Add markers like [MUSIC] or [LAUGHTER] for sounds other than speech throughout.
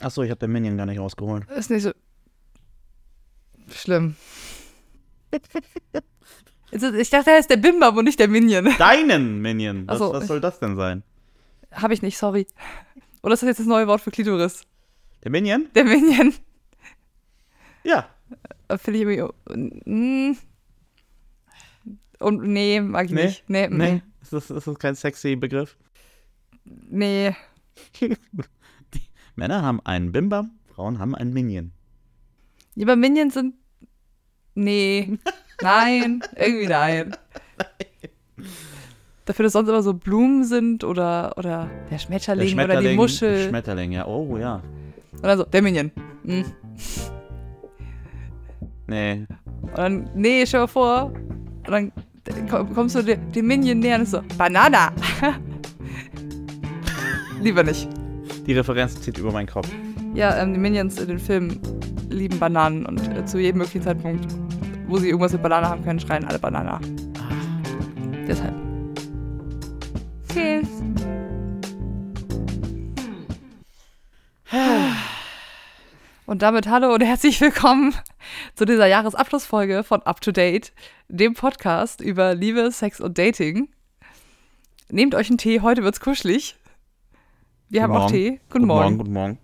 Achso, ich habe den Minion gar nicht rausgeholt. Ist nicht so schlimm. Also, Ich dachte, er ist der Bimbam und nicht der Minion. Deinen Minion! Was, Ach so. was soll das denn sein? Habe ich nicht, sorry. Oder ist das jetzt das neue Wort für Klitoris? Der Minion? Der Minion. Ja. Äh, Finde ich irgendwie. mm. Und nee, mag ich Nee. nicht. Nee, mm, Nee, ist das, ist das kein sexy Begriff? [LAUGHS] nee. Die Männer haben einen Bimbam, Frauen haben einen Minion. Lieber Minions sind. Nee. Nein. Irgendwie nein. Dafür, dass sonst immer so Blumen sind oder, oder der Schmetterling, oder die Muschel. Schmetterling, ja. Oh, ja. und dann so, der Minion. Mm. Nee. Und dann, nee, stell dir mal vor. Und dann komm- kommst du dir- dem Minion näher und ist so, Banana. [LAUGHS] Lieber nicht. Die Referenz zieht über meinen Kopf. Ja, ähm, die Minions in den Filmen lieben Bananen und äh, zu jedem möglichen Zeitpunkt, wo sie irgendwas mit Banane haben können, schreien alle Banana. Deshalb. Tschüss. Und damit hallo und herzlich willkommen zu dieser Jahresabschlussfolge von Up to Date, dem Podcast über Liebe, Sex und Dating. Nehmt euch einen Tee, heute wird's kuschelig. Wir haben auch Morgen. Tee. Guten, Morgen. Guten Morgen.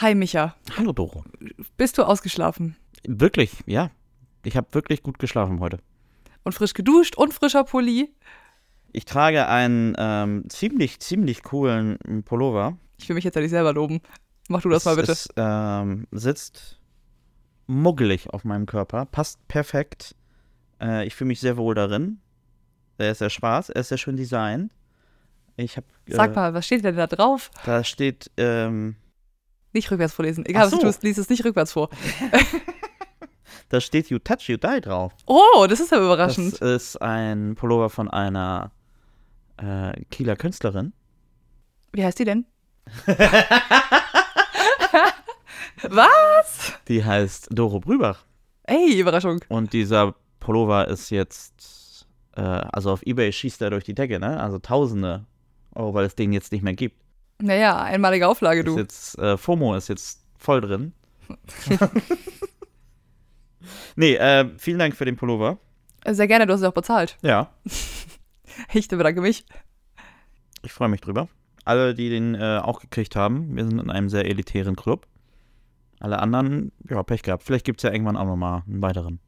Hi Micha, Hallo, Doro. bist du ausgeschlafen? Wirklich, ja. Ich habe wirklich gut geschlafen heute. Und frisch geduscht und frischer Pulli. Ich trage einen ähm, ziemlich, ziemlich coolen Pullover. Ich will mich jetzt ja nicht selber loben. Mach du das mal bitte. Es, ähm, sitzt muggelig auf meinem Körper, passt perfekt. Äh, ich fühle mich sehr wohl darin. Er ist sehr Spaß, er ist sehr schön designt. Ich habe. Sag mal, was steht denn da drauf? Da steht. Ähm, Nicht rückwärts vorlesen. Egal, Ach was du so. tust, lies es nicht rückwärts vor. da steht You Touch, You Die drauf. Oh, das ist aber Das überraschend. ist ein Pullover von einer äh, Kieler Künstlerin. [LAUGHS] Wie heißt die denn? [LAUGHS] was? Die heißt Doro Brübach. Ey, Überraschung. Und dieser Pullover ist jetzt, äh, also auf Ebay schießt er durch die Decke, ne? Also Tausende Euro, weil es den jetzt nicht mehr gibt. Naja, einmalige Auflage, Ist du. jetzt, äh, FOMO ist jetzt voll drin. nee, äh, vielen Dank für den Pullover. Sehr gerne, du hast es auch bezahlt. Ja. Ich bedanke mich. Ich freue mich drüber. Alle, die den äh, auch gekriegt haben, wir sind in einem sehr elitären Club. Alle anderen, ja, Pech gehabt. Vielleicht gibt es ja irgendwann auch nochmal einen weiteren.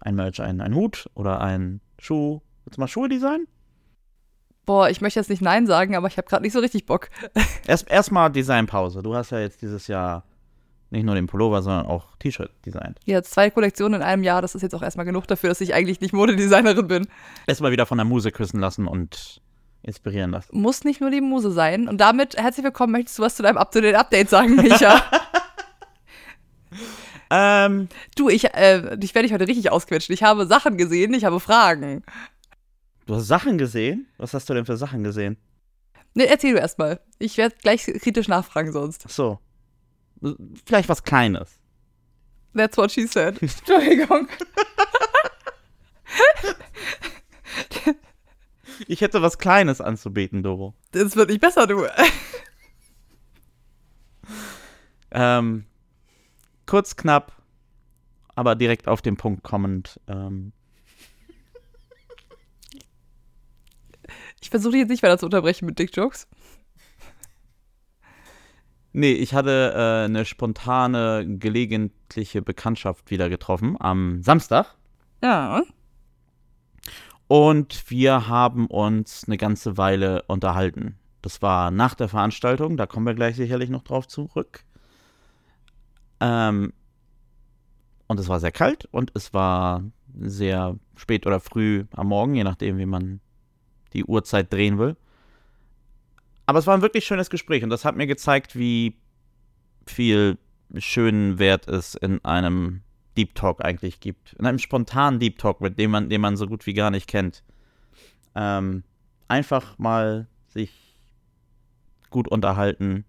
Ein Merch, einen, einen Hut oder einen Schuh. Willst du mal Schuhe designen? Boah, ich möchte jetzt nicht Nein sagen, aber ich habe gerade nicht so richtig Bock. Erst erstmal Designpause. Du hast ja jetzt dieses Jahr nicht nur den Pullover, sondern auch T-Shirt designt. Ja, zwei Kollektionen in einem Jahr, das ist jetzt auch erstmal genug dafür, dass ich eigentlich nicht Modedesignerin bin. Erstmal wieder von der Muse küssen lassen und inspirieren lassen. muss nicht nur die Muse sein. Und damit herzlich willkommen. Möchtest du was zu deinem Up-to-Date-Update sagen, [LAUGHS] Micha? [LAUGHS] Ähm, du, ich, äh, dich werde ich heute richtig ausquetschen. Ich habe Sachen gesehen, ich habe Fragen. du hast Sachen gesehen? Was hast du denn für Sachen gesehen? Ne, erzähl du erst mal. Ich werde gleich kritisch nachfragen sonst. Ach so. Vielleicht was Kleines. That's what [LAUGHS] she said. Entschuldigung. Ich hätte was Kleines anzubieten, Doro. Das wird nicht besser, du. Ähm, kurz, knapp, aber direkt auf den Punkt kommend. Ähm, Ich versuche dich jetzt nicht weiter zu unterbrechen mit Dick-Jokes. Nee, ich hatte äh, eine spontane, gelegentliche Bekanntschaft wieder getroffen am Samstag. Ja. Und wir haben uns eine ganze Weile unterhalten. Das war nach der Veranstaltung, da kommen wir gleich sicherlich noch drauf zurück. Ähm, und es war sehr kalt und es war sehr spät oder früh am Morgen, je nachdem, wie man die Uhrzeit drehen will. Aber es war ein wirklich schönes Gespräch und das hat mir gezeigt, wie viel schönen Wert es in einem Deep Talk eigentlich gibt. In einem spontanen Deep Talk, mit dem man, den man so gut wie gar nicht kennt. Ähm, einfach mal sich gut unterhalten,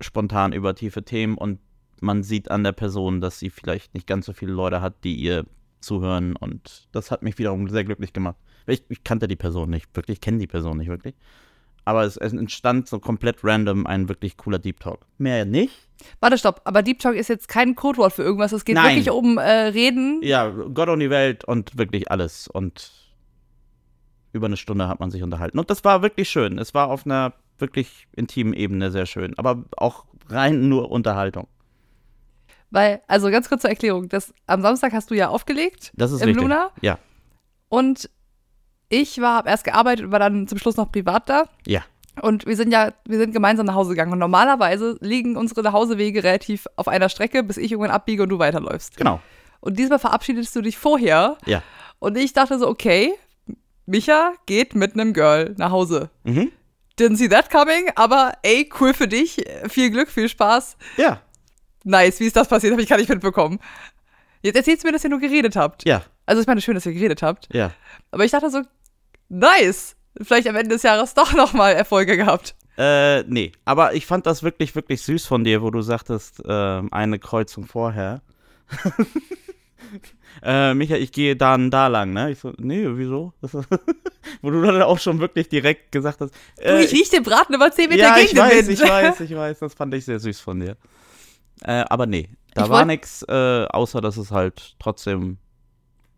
spontan über tiefe Themen und man sieht an der Person, dass sie vielleicht nicht ganz so viele Leute hat, die ihr zuhören und das hat mich wiederum sehr glücklich gemacht. Ich, ich kannte die Person nicht wirklich, kenne die Person nicht wirklich. Aber es, es entstand so komplett random ein wirklich cooler Deep Talk. Mehr nicht. Warte, stopp. Aber Deep Talk ist jetzt kein Codewort für irgendwas. Es geht Nein. wirklich um äh, Reden. Ja, Gott und die Welt und wirklich alles. Und über eine Stunde hat man sich unterhalten. Und das war wirklich schön. Es war auf einer wirklich intimen Ebene sehr schön. Aber auch rein nur Unterhaltung. Weil, also ganz kurz zur Erklärung. Das, am Samstag hast du ja aufgelegt Das ist im richtig. Luna. Ja, Und ich war, hab erst gearbeitet und war dann zum Schluss noch privat da. ja. Und wir sind ja, wir sind gemeinsam nach Hause gegangen. Und normalerweise liegen unsere Nachhausewege relativ auf einer Strecke, bis ich irgendwann abbiege und du weiterläufst. Genau. Und diesmal verabschiedest du dich vorher. Ja. Und ich dachte so, okay, Micha geht mit einem Girl nach Hause. Mhm. Didn't see that coming, aber ey, cool für dich. Viel Glück, viel Spaß. Ja. Nice, wie ist das passiert? Habe ich gar nicht mitbekommen. Jetzt erzählst du mir, dass ihr nur geredet habt. Ja. Also ich meine, schön, dass ihr geredet habt. Ja. Aber ich dachte so, nice. Vielleicht am Ende des Jahres doch nochmal Erfolge gehabt. Äh, nee, aber ich fand das wirklich, wirklich süß von dir, wo du sagtest, ähm, eine Kreuzung vorher. [LAUGHS] äh, Michael, ich gehe da und da lang, ne? Ich so, nee, wieso? Das ist- [LAUGHS] wo du dann auch schon wirklich direkt gesagt hast. Du, Äh, ich riech den Braten über 10 Meter ja, gegen ich den weiß, Wind. [LAUGHS] ich weiß, ich weiß, das fand ich sehr süß von dir. Äh, aber nee, da Ich war wollt- nix, äh, außer dass es halt trotzdem,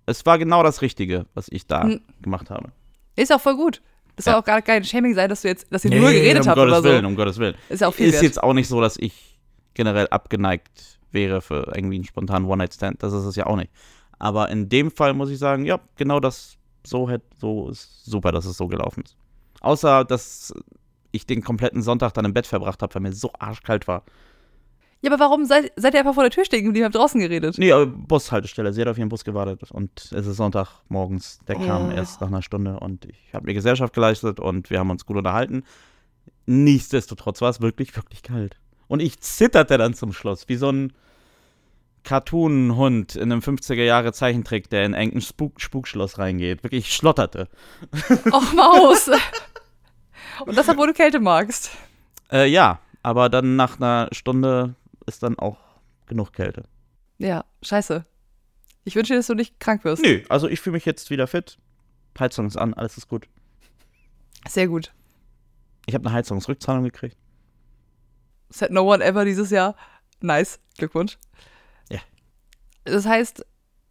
es war genau das Richtige, was ich da N- gemacht habe. Ist auch voll gut. Das soll Ja. auch gar kein Shaming sein, dass du jetzt, dass ihr nur geredet um habt Gottes oder so. Willen, um Gottes Willen. Ist ja auch viel ist wert. jetzt auch nicht so, dass ich generell abgeneigt wäre für irgendwie einen spontanen One-Night-Stand. Das ist es ja auch nicht. Aber in dem Fall muss ich sagen, ja, genau das so hätte, so ist super, dass es so gelaufen ist. Außer, dass ich den kompletten Sonntag dann im Bett verbracht habe, weil mir so arschkalt war. Ja, aber warum seid, seid ihr einfach vor der Tür stehen geblieben, habt [LAUGHS] draußen geredet? Nee, aber Bushaltestelle. Sie hat auf ihren Bus gewartet und es ist Sonntagmorgens. Der kam Oh. erst nach einer Stunde und ich habe mir Gesellschaft geleistet und wir haben uns gut unterhalten. Nichtsdestotrotz war es wirklich, wirklich kalt. Und ich zitterte dann zum Schluss, wie so ein Cartoon-Hund in einem 50er-Jahre-Zeichentrick, der in engen Spuk Spukschloss reingeht. Wirklich, ich schlotterte. Och, Maus. Und das, obwohl du Kälte magst. Äh, ja, aber dann nach einer Stunde ist dann auch genug Kälte. Ja, scheiße. Ich wünsche dir, dass du nicht krank wirst. Nö, also ich fühle mich jetzt wieder fit. Heizung ist an, alles ist gut. Sehr gut. Ich habe eine Heizungsrückzahlung gekriegt. Said no one ever dieses Jahr. Nice. Glückwunsch. Ja. Das heißt,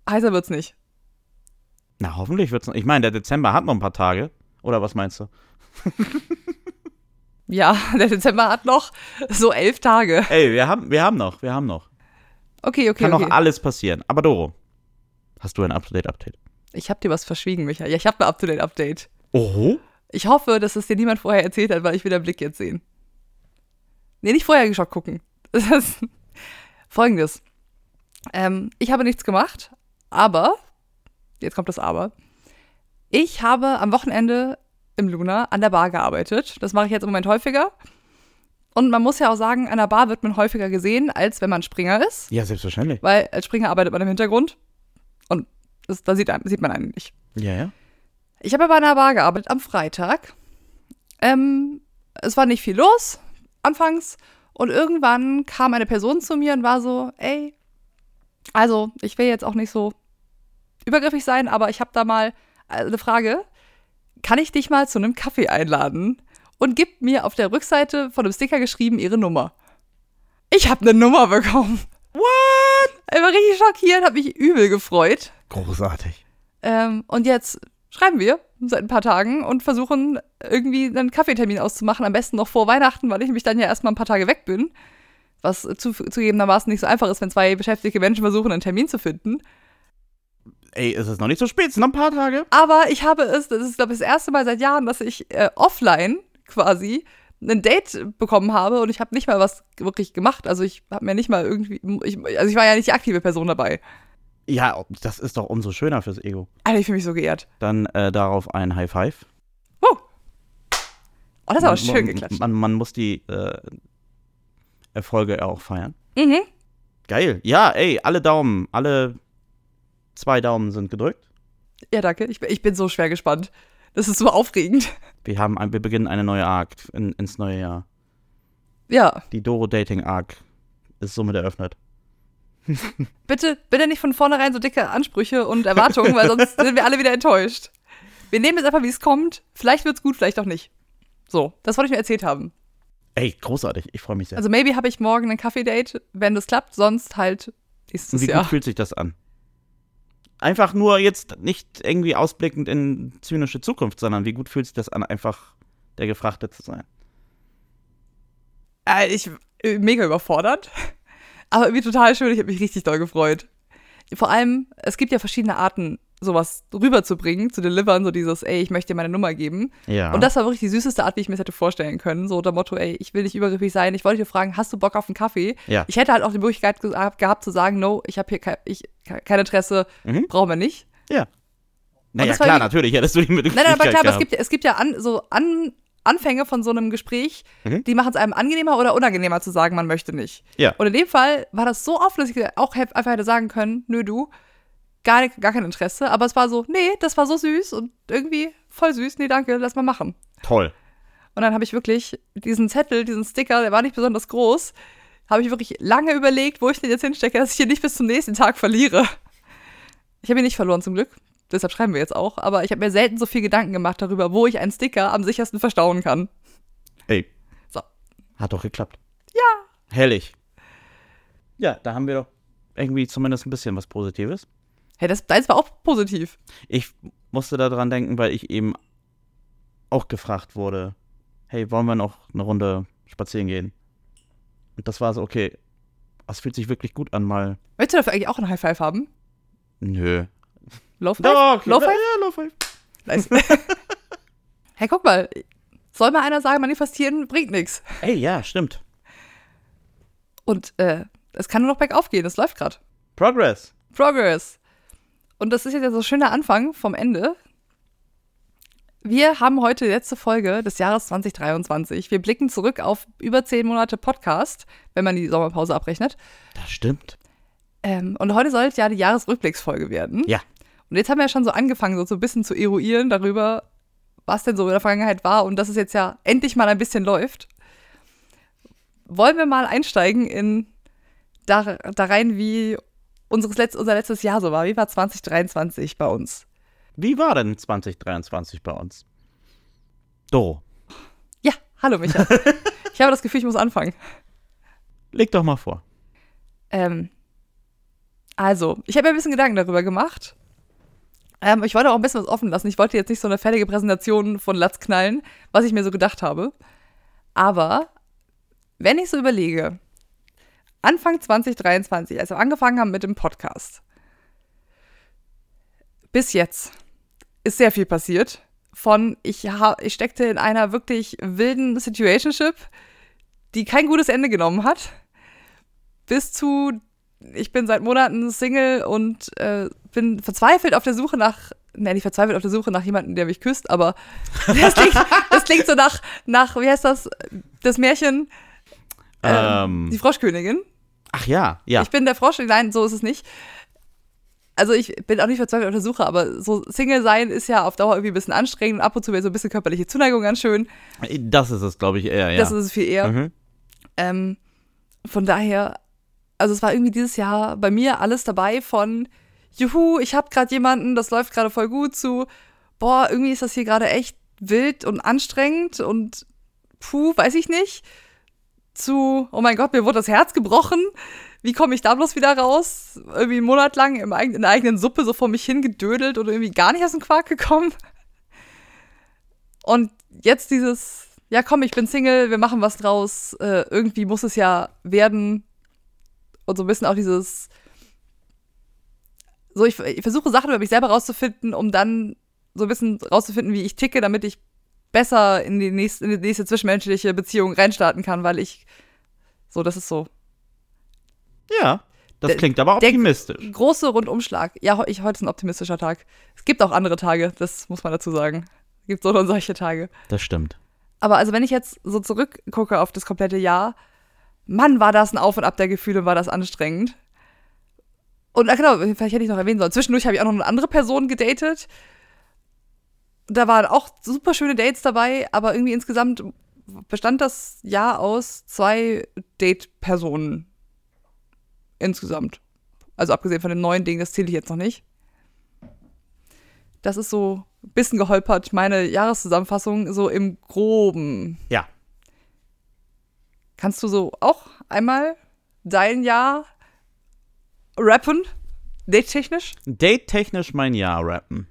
heißer wird's nicht. Na, hoffentlich wird's noch. Ich meine, der Dezember hat noch ein paar Tage. Oder was meinst du? Ja, [LAUGHS] der Dezember hat noch so elf Tage. Ey, wir haben, wir haben noch, wir haben noch. Okay, okay, Kann okay. noch alles passieren. Aber Doro, hast du ein Up-to-Date-Update? Ich hab dir was verschwiegen, Micha. Ja, ich hab ein Up-to-Date-Update. Oho. Ich hoffe, dass es dir niemand vorher erzählt hat, weil ich will den Blick jetzt sehen. Nee, nicht vorher geschockt gucken. [LAUGHS] Das ist Folgendes. Ähm, ich habe nichts gemacht, aber, jetzt kommt das Aber. Ich habe am Wochenende im Luna an der Bar gearbeitet. Das mache ich jetzt im Moment häufiger. Und man muss ja auch sagen, an der Bar wird man häufiger gesehen, als wenn man Springer ist. Ja, selbstverständlich. Weil als Springer arbeitet man im Hintergrund und das, da sieht, ein- sieht man einen nicht. Ja, ja. Ich habe bei einer Bar gearbeitet am Freitag. Ähm, es war nicht viel los anfangs und irgendwann kam eine Person zu mir und war so, ey, also ich will jetzt auch nicht so übergriffig sein, aber ich habe da mal äh, eine Frage. Kann ich dich mal zu einem Kaffee einladen? Und gibt mir auf der Rückseite von dem Sticker geschrieben ihre Nummer. Ich habe eine Nummer bekommen. What? Ich war richtig schockiert, habe mich übel gefreut. Großartig. Ähm, und jetzt schreiben wir seit ein paar Tagen und versuchen irgendwie einen Kaffeetermin auszumachen, am besten noch vor Weihnachten, weil ich mich dann ja erstmal ein paar Tage weg bin. Was zu, zugegebenermaßen nicht so einfach ist, wenn zwei beschäftigte Menschen versuchen, einen Termin zu finden. Ey, ist es noch nicht so spät? Es Sind noch ein paar Tage? Aber ich habe es, das ist, glaube ich, das erste Mal seit Jahren, dass ich äh, offline quasi ein Date bekommen habe und ich habe nicht mal was wirklich gemacht. Also ich habe mir nicht mal irgendwie, ich, also ich war ja nicht die aktive Person dabei. Ja, das ist doch umso schöner fürs Ego. Alter, ich fühle mich so geehrt. Dann äh, darauf ein High Five. Oh, das ist aber schön man, geklatscht. Man, man muss die äh, Erfolge ja auch feiern. Mhm. Geil. Ja, ey, alle Daumen, alle zwei Daumen sind gedrückt. Ja, danke. Ich, bin- ich bin so schwer gespannt. Das ist so aufregend. Wir, haben ein, wir beginnen eine neue Arc in, ins neue Jahr. Ja, Die Doro Dating Arc ist somit eröffnet. bitte, bitte nicht von vornherein so dicke Ansprüche und Erwartungen, [LAUGHS] weil sonst sind wir alle wieder enttäuscht. Wir nehmen es einfach, wie es kommt. Vielleicht wird's gut, vielleicht auch nicht. So, das wollte ich mir erzählt haben. Ey, großartig. Ich freue mich sehr. Also maybe habe ich morgen ein Kaffee-Date, wenn das klappt, sonst halt Und nächstes wie Jahr. gut fühlt sich das an? Einfach nur jetzt nicht irgendwie ausblickend in zynische Zukunft, sondern wie gut fühlt sich das an, einfach der Gefragte zu sein? Äh, ich äh, mega überfordert, [LAUGHS] aber irgendwie total schön. Ich habe mich richtig doll gefreut. Vor allem, es gibt ja verschiedene Arten, sowas rüberzubringen, zu delivern, so dieses, ey, ich möchte dir meine Nummer geben. Ja. Und das war wirklich die süßeste Art, wie ich mir das hätte vorstellen können. So der Motto, ey, ich will nicht übergriffig sein. Ich wollte dir fragen, hast du Bock auf einen Kaffee? Ja. Ich hätte halt auch die Möglichkeit ge- gehabt zu sagen, no, ich habe hier kein, ich, kein Interesse, Mhm. brauchen wir nicht. ja. Naja, das war klar, die- natürlich hättest du die mit Nein, nein, aber klar, aber es gehabt. gibt, es gibt ja an, so an, Anfänge von so einem Gespräch, Mhm. die machen es einem angenehmer oder unangenehmer zu sagen, man möchte nicht. Ja. Und in dem Fall war das so offen, dass ich auch hätt- einfach hätte sagen können, nö, du, gar, nicht- gar kein Interesse. Aber es war so, nee, das war so süß und irgendwie voll süß, nee, danke, lass mal machen. Toll. Und dann habe ich wirklich diesen Zettel, diesen Sticker, der war nicht besonders groß, habe ich wirklich lange überlegt, wo ich den jetzt hinstecke, dass ich ihn nicht bis zum nächsten Tag verliere. Ich habe ihn nicht verloren zum Glück, deshalb schreiben wir jetzt auch, aber ich habe mir selten so viel Gedanken gemacht darüber, wo ich einen Sticker am sichersten verstauen kann. Ey. So. Hat doch geklappt. Ja. Herrlich. Ja, da haben wir doch irgendwie zumindest ein bisschen was Positives. Hey, das, deins war auch positiv. Ich musste daran denken, weil ich eben auch gefragt wurde, hey, wollen wir noch eine Runde spazieren gehen? Und das war so, okay, es fühlt sich wirklich gut an, mal. Möchtest du dafür eigentlich auch einen High Five haben? Nö. Low Five? Doch, Low ja, Five? ja, Low Five. Nice. [LAUGHS] hey, guck mal, soll mal einer sagen, manifestieren bringt nichts. Ey, ja, stimmt. Und äh, es kann nur noch bergauf gehen, das läuft gerade. Progress. Progress. Und das ist jetzt so ein schöner Anfang vom Ende. Wir haben heute die letzte Folge des Jahres 2023. Wir blicken zurück auf über zehn Monate Podcast, wenn man die Sommerpause abrechnet. Das stimmt. Ähm, und heute soll es ja die Jahresrückblicksfolge werden. Ja. Und jetzt haben wir ja schon so angefangen, so, so ein bisschen zu eruieren darüber, was denn so in der Vergangenheit war und dass es jetzt ja endlich mal ein bisschen läuft. Wollen wir mal einsteigen in da, da rein, wie unseres Letz-, unser letztes Jahr so war? Wie war 2023 bei uns? Wie war denn 2023 bei uns? Doro, Ja, hallo Micha. ich habe das Gefühl, ich muss anfangen. leg doch mal vor. Ähm, also, ich habe mir ein bisschen Gedanken darüber gemacht. Ähm, ich wollte auch ein bisschen was offen lassen. Ich wollte jetzt nicht so eine fertige Präsentation von Latz knallen, was ich mir so gedacht habe. Aber wenn ich so überlege, Anfang 2023, als wir angefangen haben mit dem Podcast, bis jetzt ist sehr viel passiert. Von ich, ha- ich steckte in einer wirklich wilden Situationship, die kein gutes Ende genommen hat bis zu, ich bin seit Monaten Single und äh, bin verzweifelt auf der Suche nach, nein, nicht verzweifelt auf der Suche nach jemandem, der mich küsst, aber [LAUGHS] das klingt, das klingt so nach, nach, wie heißt das, das Märchen, ähm, Ähm. die Froschkönigin. Ach ja, ja. Ich bin der Frosch, nein, so ist es nicht. Also ich bin auch nicht verzweifelt auf der Suche, aber so Single sein ist ja auf Dauer irgendwie ein bisschen anstrengend und ab und zu wäre so ein bisschen körperliche Zuneigung ganz schön. das ist es, glaube ich, eher, ja. Das ist es viel eher. mhm. Ähm, von daher, also es war irgendwie dieses Jahr bei mir alles dabei von, juhu, ich habe gerade jemanden, das läuft gerade voll gut zu, boah, irgendwie ist das hier gerade echt wild und anstrengend und puh, weiß ich nicht, zu, oh mein Gott, mir wurde das Herz gebrochen, wie komme ich da bloß wieder raus? Irgendwie einen Monat lang im eigen, in der eigenen Suppe so vor mich hingedödelt und irgendwie gar nicht aus dem Quark gekommen. Und jetzt dieses, ja komm, ich bin Single, wir machen was draus, äh, irgendwie muss es ja werden. Und so ein bisschen auch dieses, so ich, ich versuche Sachen über mich selber rauszufinden, um dann so ein bisschen rauszufinden, wie ich ticke, damit ich besser in die nächste, in die nächste zwischenmenschliche Beziehung reinstarten kann, weil ich, so, das ist so Ja, das Der- klingt aber der- optimistisch. große Rundumschlag. Ja, heu- ich, heute ist ein optimistischer Tag. Es gibt auch andere Tage, das muss man dazu sagen. Es gibt so und solche Tage. Das stimmt. Aber also wenn ich jetzt so zurückgucke auf das komplette Jahr, Mann, war das ein Auf und Ab der Gefühle, war das anstrengend. Und ah, genau, vielleicht hätte ich noch erwähnen sollen, zwischendurch habe ich auch noch eine andere Person gedatet. Da waren auch super schöne Dates dabei, aber irgendwie insgesamt bestand das Jahr aus zwei Date-Personen. Insgesamt. Also abgesehen von dem neuen Ding, das zähle ich jetzt noch nicht. Das ist so bisschen geholpert, meine Jahreszusammenfassung so im Groben. Ja. Kannst du so auch einmal dein Jahr rappen? Date-technisch? Date-technisch mein Jahr rappen.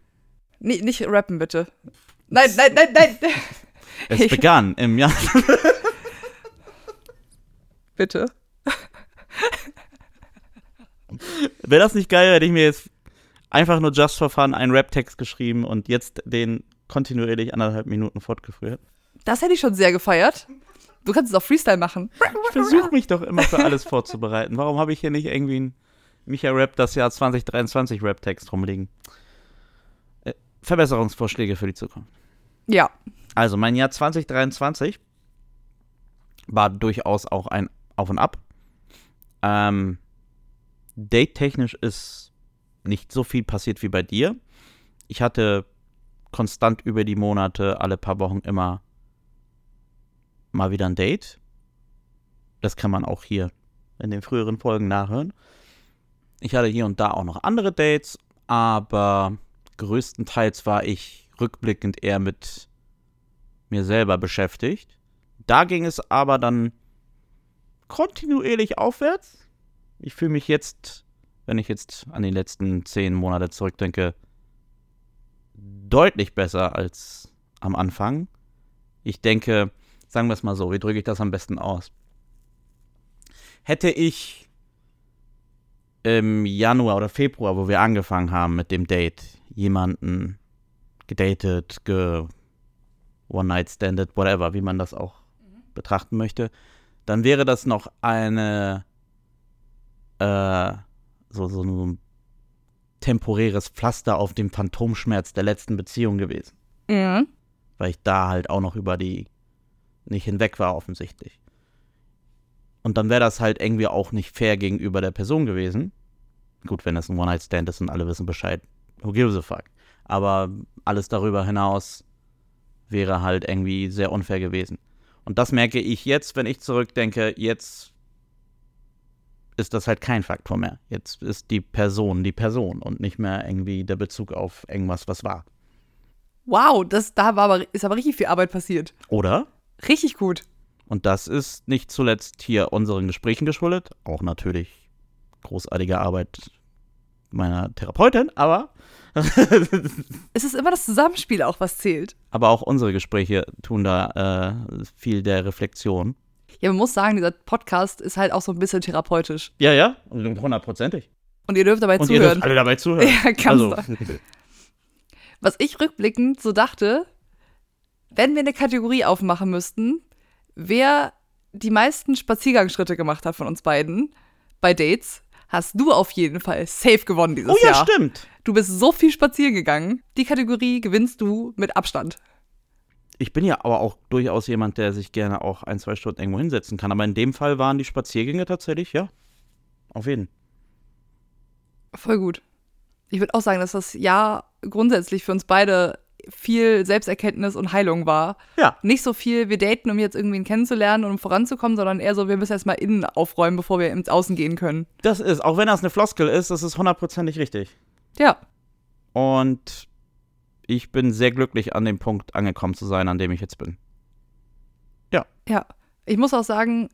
Nee, nicht rappen, bitte. Nein, nein, nein, nein. [LAUGHS] Es begann im Jahr. [LAUGHS] [LAUGHS] bitte. Wäre das nicht geil, hätte ich mir jetzt einfach nur just for fun einen Rap-Text geschrieben und jetzt den kontinuierlich anderthalb Minuten fortgeführt. Das hätte ich schon sehr gefeiert. Du kannst es auch Freestyle machen. Ich versuche mich doch immer für alles vorzubereiten. Warum habe ich hier nicht irgendwie einen Micha Rap das Jahr 2023 Rap-Text rumliegen? Äh, Verbesserungsvorschläge für die Zukunft. Ja. Also mein Jahr 2023 war durchaus auch ein Auf und Ab. Ähm, Date-technisch ist nicht so viel passiert wie bei dir. Ich hatte konstant über die Monate, alle paar Wochen immer mal wieder ein Date. Das kann man auch hier in den früheren Folgen nachhören. Ich hatte hier und da auch noch andere Dates, aber größtenteils war ich rückblickend eher mit mir selber beschäftigt. Da ging es aber dann kontinuierlich aufwärts. Ich fühle mich jetzt, wenn ich jetzt an die letzten zehn Monate zurückdenke, deutlich besser als am Anfang. Ich denke, sagen wir es mal so, wie drücke ich das am besten aus? Hätte ich im Januar oder Februar, wo wir angefangen haben mit dem Date, jemanden gedatet, ge One-Night-Standed, whatever, wie man das auch betrachten möchte, dann wäre das noch eine äh, so, so ein temporäres Pflaster auf dem Phantomschmerz der letzten Beziehung gewesen. Mhm. Weil ich da halt auch noch über die nicht hinweg war, offensichtlich. Und dann wäre das halt irgendwie auch nicht fair gegenüber der Person gewesen. Gut, wenn das ein One-Night-Stand ist und alle wissen Bescheid, who gives a fuck. Aber alles darüber hinaus wäre halt irgendwie sehr unfair gewesen. Und das merke ich jetzt, wenn ich zurückdenke, jetzt ist das halt kein Faktor mehr. Jetzt ist die Person die Person und nicht mehr irgendwie der Bezug auf irgendwas, was war. Wow, das, da war aber, ist aber richtig viel Arbeit passiert. Oder? Richtig gut. Und das ist nicht zuletzt hier unseren Gesprächen geschuldet. Auch natürlich großartige Arbeit meiner Therapeutin, aber Es ist immer das Zusammenspiel auch, was zählt. Aber auch unsere Gespräche tun da äh, viel der Reflexion. Ja, man muss sagen, dieser Podcast ist halt auch so ein bisschen therapeutisch. Ja, ja, hundertprozentig. Und ihr dürft dabei Und ihr zuhören. dürft alle dabei zuhören. Ja, ganz also, klar. was ich rückblickend so dachte, wenn wir eine Kategorie aufmachen müssten, wer die meisten Spaziergangsschritte gemacht hat von uns beiden bei Dates, hast du auf jeden Fall safe gewonnen dieses Oh ja, Jahr. stimmt. Du bist so viel spazieren gegangen. Die Kategorie gewinnst du mit Abstand. Ich bin ja aber auch durchaus jemand, der sich gerne auch ein, zwei Stunden irgendwo hinsetzen kann. Aber in dem Fall waren die Spaziergänge tatsächlich, ja, auf jeden. Voll gut. Ich würde auch sagen, dass das Jahr grundsätzlich für uns beide viel Selbsterkenntnis und Heilung war. Ja, Nicht so viel, wir daten, um jetzt irgendwen kennenzulernen und um voranzukommen, sondern eher so, wir müssen erstmal innen aufräumen, bevor wir ins Außen gehen können. das ist, auch wenn das eine Floskel ist, das ist hundertprozentig richtig. Ja, Und ich bin sehr glücklich, an dem Punkt angekommen zu sein, an dem ich jetzt bin. ja. Ich muss auch sagen,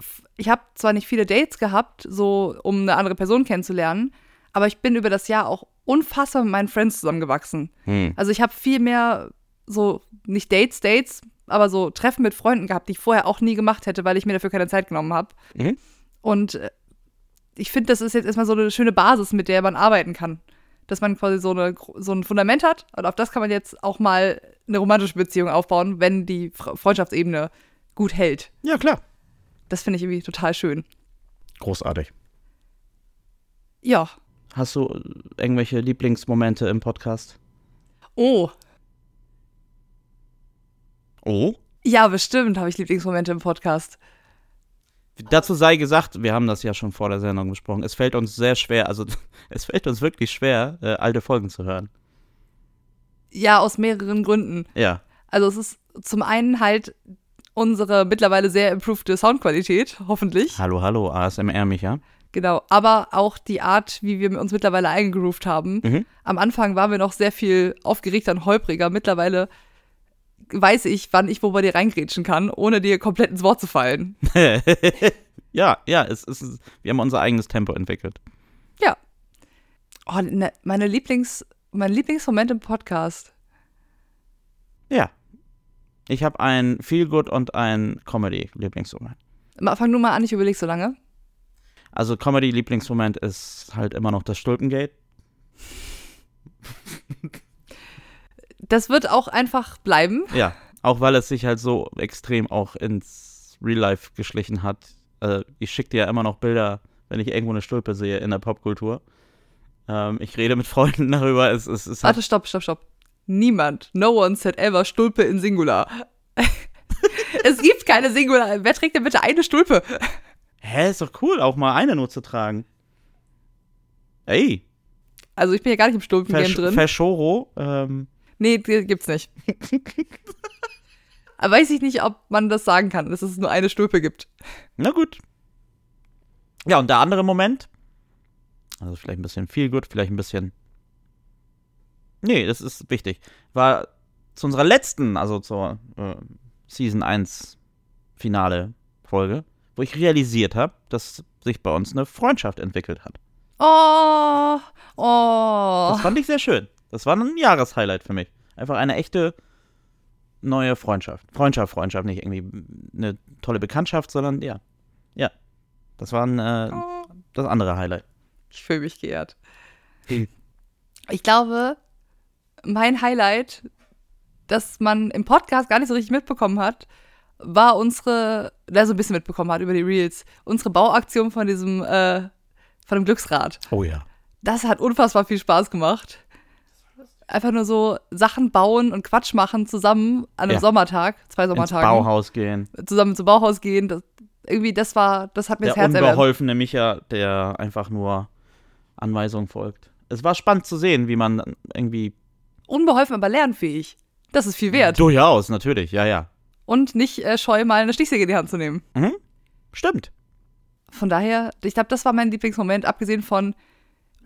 f- ich habe zwar nicht viele Dates gehabt, so um eine andere Person kennenzulernen, aber ich bin über das Jahr auch unfassbar mit meinen Friends zusammengewachsen. Hm. Also ich habe viel mehr so, nicht Dates, Dates, aber so Treffen mit Freunden gehabt, die ich vorher auch nie gemacht hätte, weil ich mir dafür keine Zeit genommen habe. Mhm. Und äh, ich finde, das ist jetzt erstmal so eine schöne Basis, mit der man arbeiten kann. Dass man quasi so, eine, gro- so ein Fundament hat und auf das kann man jetzt auch mal eine romantische Beziehung aufbauen, wenn die Fre- Freundschaftsebene gut hält. Ja, klar. Das finde ich irgendwie total schön. Großartig. Ja. Hast du äh, irgendwelche Lieblingsmomente im Podcast? Oh. Oh. Ja, bestimmt habe ich Lieblingsmomente im Podcast. Dazu sei gesagt, wir haben das ja schon vor der Sendung besprochen, es fällt uns sehr schwer, also [LAUGHS] es fällt uns wirklich schwer, äh, alte Folgen zu hören. Ja, aus mehreren Gründen. Ja. Also es ist zum einen halt unsere mittlerweile sehr improvede Soundqualität, hoffentlich. Hallo, hallo, ASMR, Micha. Genau, aber auch die Art, wie wir uns mittlerweile eingegroovt haben. [LAUGHS] Mhm. Am Anfang waren wir noch sehr viel aufgeregter und holpriger. Mittlerweile weiß ich, wann ich wo bei dir reingrätschen kann, ohne dir komplett ins Wort zu fallen. Hm. ja, ja, es, es, ist- wir haben unser eigenes Tempo entwickelt. Oh, ne, meine Lieblings, mein Lieblingsmoment im Podcast. Ja. Ich habe ein Feelgood und ein Comedy-Lieblingsmoment. Ma- Fang nur mal an, ich überlege so lange. Also Comedy-Lieblingsmoment ist halt immer noch das Stulpengate. Das wird auch einfach bleiben. Ja, auch weil es sich halt so extrem auch ins Real Life geschlichen hat. Äh, ich schicke dir ja immer noch Bilder, wenn ich irgendwo eine Stulpe sehe in der Popkultur. Ähm, ich rede mit Freunden [LAUGHS] darüber. Es, halt, es, es hat, Warte, stopp, stopp, stopp. Niemand, no one said ever Stulpe in Singular. [LAUGHS] es gibt keine Singular. Wer trägt denn bitte eine Stulpe? hä, ist doch cool, auch mal eine nur zu tragen. Ey, Also ich bin ja gar nicht im Stulpen-Game Versch drin. Verschoro. Ähm, Nee, die [LAUGHS] gibt's nicht. Aber weiß ich nicht, ob man das sagen kann, dass es nur eine Stulpe gibt. na gut. Ja, und der andere Moment. Also vielleicht ein bisschen viel gut, vielleicht ein bisschen. Nee, das ist wichtig. War zu unserer letzten, also zur äh, Season 1 Finale Folge, wo ich realisiert habe, dass sich bei uns eine Freundschaft entwickelt hat. Oh, oh. Das fand ich sehr schön. Das war ein Jahreshighlight für mich. Einfach eine echte neue Freundschaft. Freundschaft, Freundschaft, nicht irgendwie eine tolle Bekanntschaft, sondern ja. Ja. Das war ein, äh, Oh. das andere Highlight. Ich fühle mich geehrt. Hm. Ich glaube, mein Highlight, das man im Podcast gar nicht so richtig mitbekommen hat, war unsere, da so ein bisschen mitbekommen hat über die Reels, unsere Bauaktion von diesem, äh, von dem Glücksrad. Oh ja. Das hat unfassbar viel Spaß gemacht. Einfach nur so Sachen bauen und Quatsch machen zusammen an einem Ja. Sommertag, zwei Ins Sommertagen, Bauhaus gehen. zusammen zum Bauhaus gehen. Das, irgendwie, das war, das hat mir Der das Herz erwärmt. unbeholfene Micha, der einfach nur Anweisungen folgt. Es war spannend zu sehen, wie man irgendwie. Unbeholfen, aber lernfähig. Das ist viel wert. Durchaus, natürlich, ja, ja. und nicht äh, scheu, mal eine Stichsäge in die Hand zu nehmen. Stimmt. Von daher, ich glaube, das war mein Lieblingsmoment, abgesehen von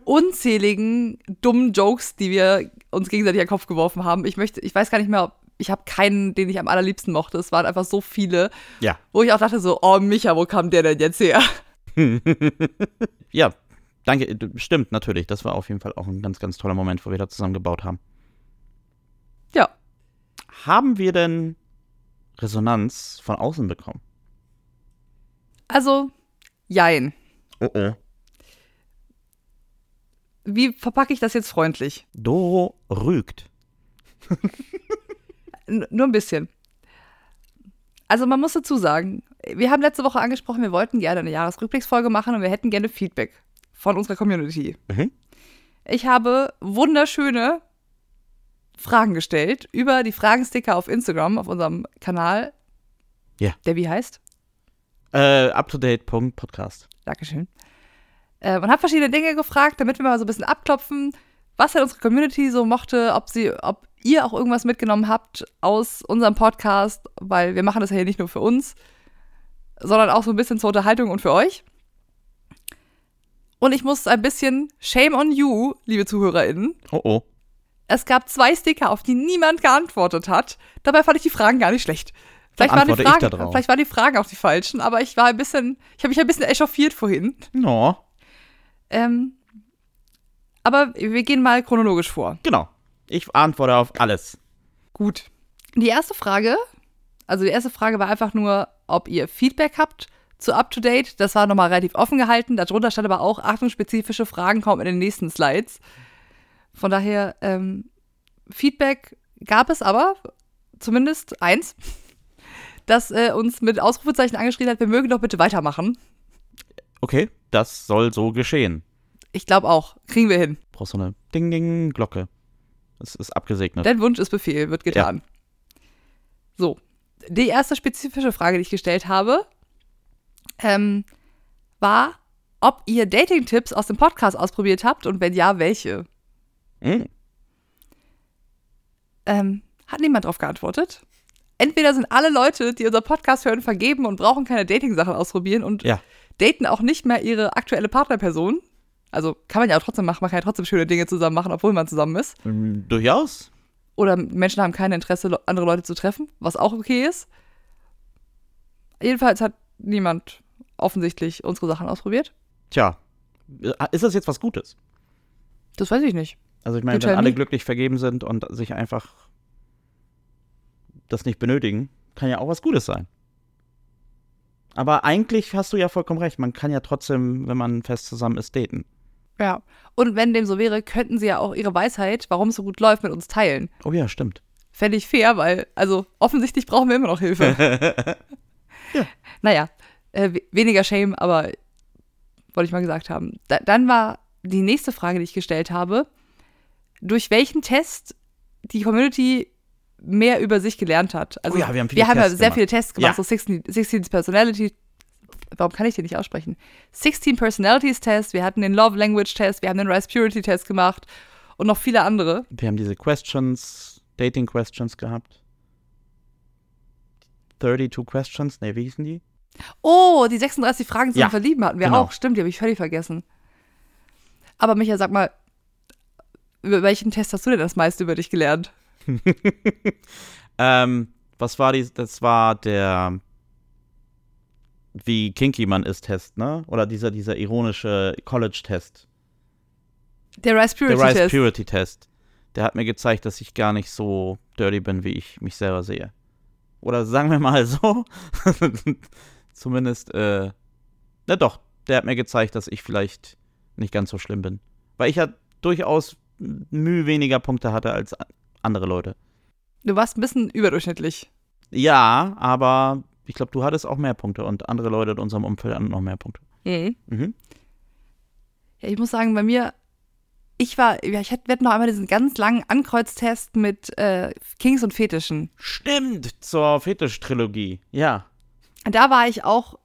unzähligen dummen Jokes, die wir uns gegenseitig an den Kopf geworfen haben. Ich möchte, ich weiß gar nicht mehr, ob ich habe keinen, den ich am allerliebsten mochte. Es waren einfach so viele, Ja. wo ich auch dachte so, oh Micha, wo kam der denn jetzt her? [LAUGHS] Ja, danke. d- Stimmt, natürlich. Das war auf jeden Fall auch ein ganz, ganz toller Moment, wo wir da zusammen gebaut haben. Ja, Haben wir denn Resonanz von außen bekommen? also jein. Oh oh. Wie verpacke ich das jetzt freundlich? Doro rügt. N nur ein bisschen. Also man muss dazu sagen, wir haben letzte Woche angesprochen, wir wollten gerne eine Jahresrückblicksfolge machen und wir hätten gerne Feedback von unserer Community. Mhm. Ich habe wunderschöne Fragen gestellt über die Fragensticker auf Instagram, auf unserem Kanal. Ja. Der wie heißt? Äh, uptodate.podcast. Dankeschön. Äh, und habe verschiedene Dinge gefragt, damit wir mal so ein bisschen abklopfen, was denn unsere Community so mochte, ob, sie, ob ihr auch irgendwas mitgenommen habt aus unserem Podcast, weil wir machen das ja hier nicht nur für uns, sondern auch so ein bisschen zur Unterhaltung und für euch. Und ich muss ein bisschen Shame on you, liebe ZuhörerInnen. Oh oh. Es gab zwei Sticker, auf die niemand geantwortet hat. Dabei fand ich die Fragen gar nicht schlecht. Vielleicht Dann waren, die antworte ich Fragen, da drauf. vielleicht waren die Fragen auch die falschen, aber ich war ein bisschen, ich habe mich ein bisschen echauffiert vorhin. No. Ähm, aber wir gehen mal chronologisch vor. Genau. Ich antworte auf alles. Gut. Die erste Frage, also die erste Frage war einfach nur, ob ihr Feedback habt zu Up-to-Date. Das war nochmal relativ offen gehalten. Darunter stand aber auch, Achtung, spezifische Fragen kommen in den nächsten Slides. Von daher, ähm, Feedback gab es aber, zumindest eins, [LAUGHS] das äh, uns mit Ausrufezeichen angeschrien hat, wir mögen doch bitte weitermachen. Okay, das soll so geschehen. Ich glaube auch, kriegen wir hin. Brauchst du eine Ding-Ding-Glocke. Es ist abgesegnet. Dein Wunsch ist Befehl, wird getan. So, die erste spezifische Frage, die ich gestellt habe, ähm, war, ob ihr Dating-Tipps aus dem Podcast ausprobiert habt und wenn ja, welche. Mhm. Ähm, hat niemand darauf geantwortet. Entweder sind alle Leute, die unser Podcast hören, vergeben und brauchen keine Dating-Sachen ausprobieren und Ja. daten auch nicht mehr ihre aktuelle Partnerperson. Also kann man ja auch trotzdem machen, man kann ja trotzdem schöne Dinge zusammen machen, obwohl man zusammen ist. Mm, Durchaus. Oder Menschen haben kein Interesse, le- andere Leute zu treffen, was auch okay ist. Jedenfalls hat niemand offensichtlich unsere Sachen ausprobiert. Tja, ist das jetzt was Gutes? Das weiß ich nicht. Also ich meine, You tell wenn alle me. glücklich vergeben sind und sich einfach das nicht benötigen, kann ja auch was Gutes sein. Aber eigentlich hast du ja vollkommen recht. Man kann ja trotzdem, wenn man fest zusammen ist, daten. Ja. Und wenn dem so wäre, könnten sie ja auch ihre Weisheit, warum es so gut läuft, mit uns teilen. Oh ja, stimmt. Fände ich fair, weil, also offensichtlich brauchen wir immer noch Hilfe. [LAUGHS] Ja. Naja, äh, we- weniger Shame, aber wollte ich mal gesagt haben. Da, dann war die nächste Frage, die ich gestellt habe, durch welchen Test die Community mehr über sich gelernt hat. Also Oh ja, wir haben viele Tests sehr gemacht. viele Tests gemacht, Ja. so 16, 16 Personality. Warum kann ich den nicht aussprechen? 16 Personalities Test, wir hatten den Love Language Test, wir haben den Rice Purity Test gemacht und noch viele andere. Wir haben diese Questions, Dating Questions gehabt. 32 Questions, ne, wie hießen die? Oh, die 36 Fragen zum Ja, Verlieben hatten wir genau. auch. Stimmt, die habe ich völlig vergessen. Aber Micha, sag mal, über welchen Test hast du denn das meiste über dich gelernt? [LAUGHS] Ähm, was war die? Das war der wie kinky man ist Test, ne? Oder dieser dieser ironische College Test, Der Rice Purity der Rise Test. Purity Test. Der hat mir gezeigt, dass ich gar nicht so dirty bin, wie ich mich selber sehe. Oder sagen wir mal so, [LAUGHS] zumindest äh, na doch, der hat mir gezeigt, dass ich vielleicht nicht ganz so schlimm bin, weil ich ja durchaus müh weniger Punkte hatte als a- andere Leute. du warst ein bisschen überdurchschnittlich. Ja, aber ich glaube, du hattest auch mehr Punkte und andere Leute in unserem Umfeld hatten noch mehr Punkte. Mhm. Ja, ich muss sagen, bei mir, ich war, ja, ich hätte, wir hatten noch einmal diesen ganz langen Ankreuztest mit äh, Kings und Fetischen. Stimmt, zur Fetisch-Trilogie. Ja. Und da war ich auch,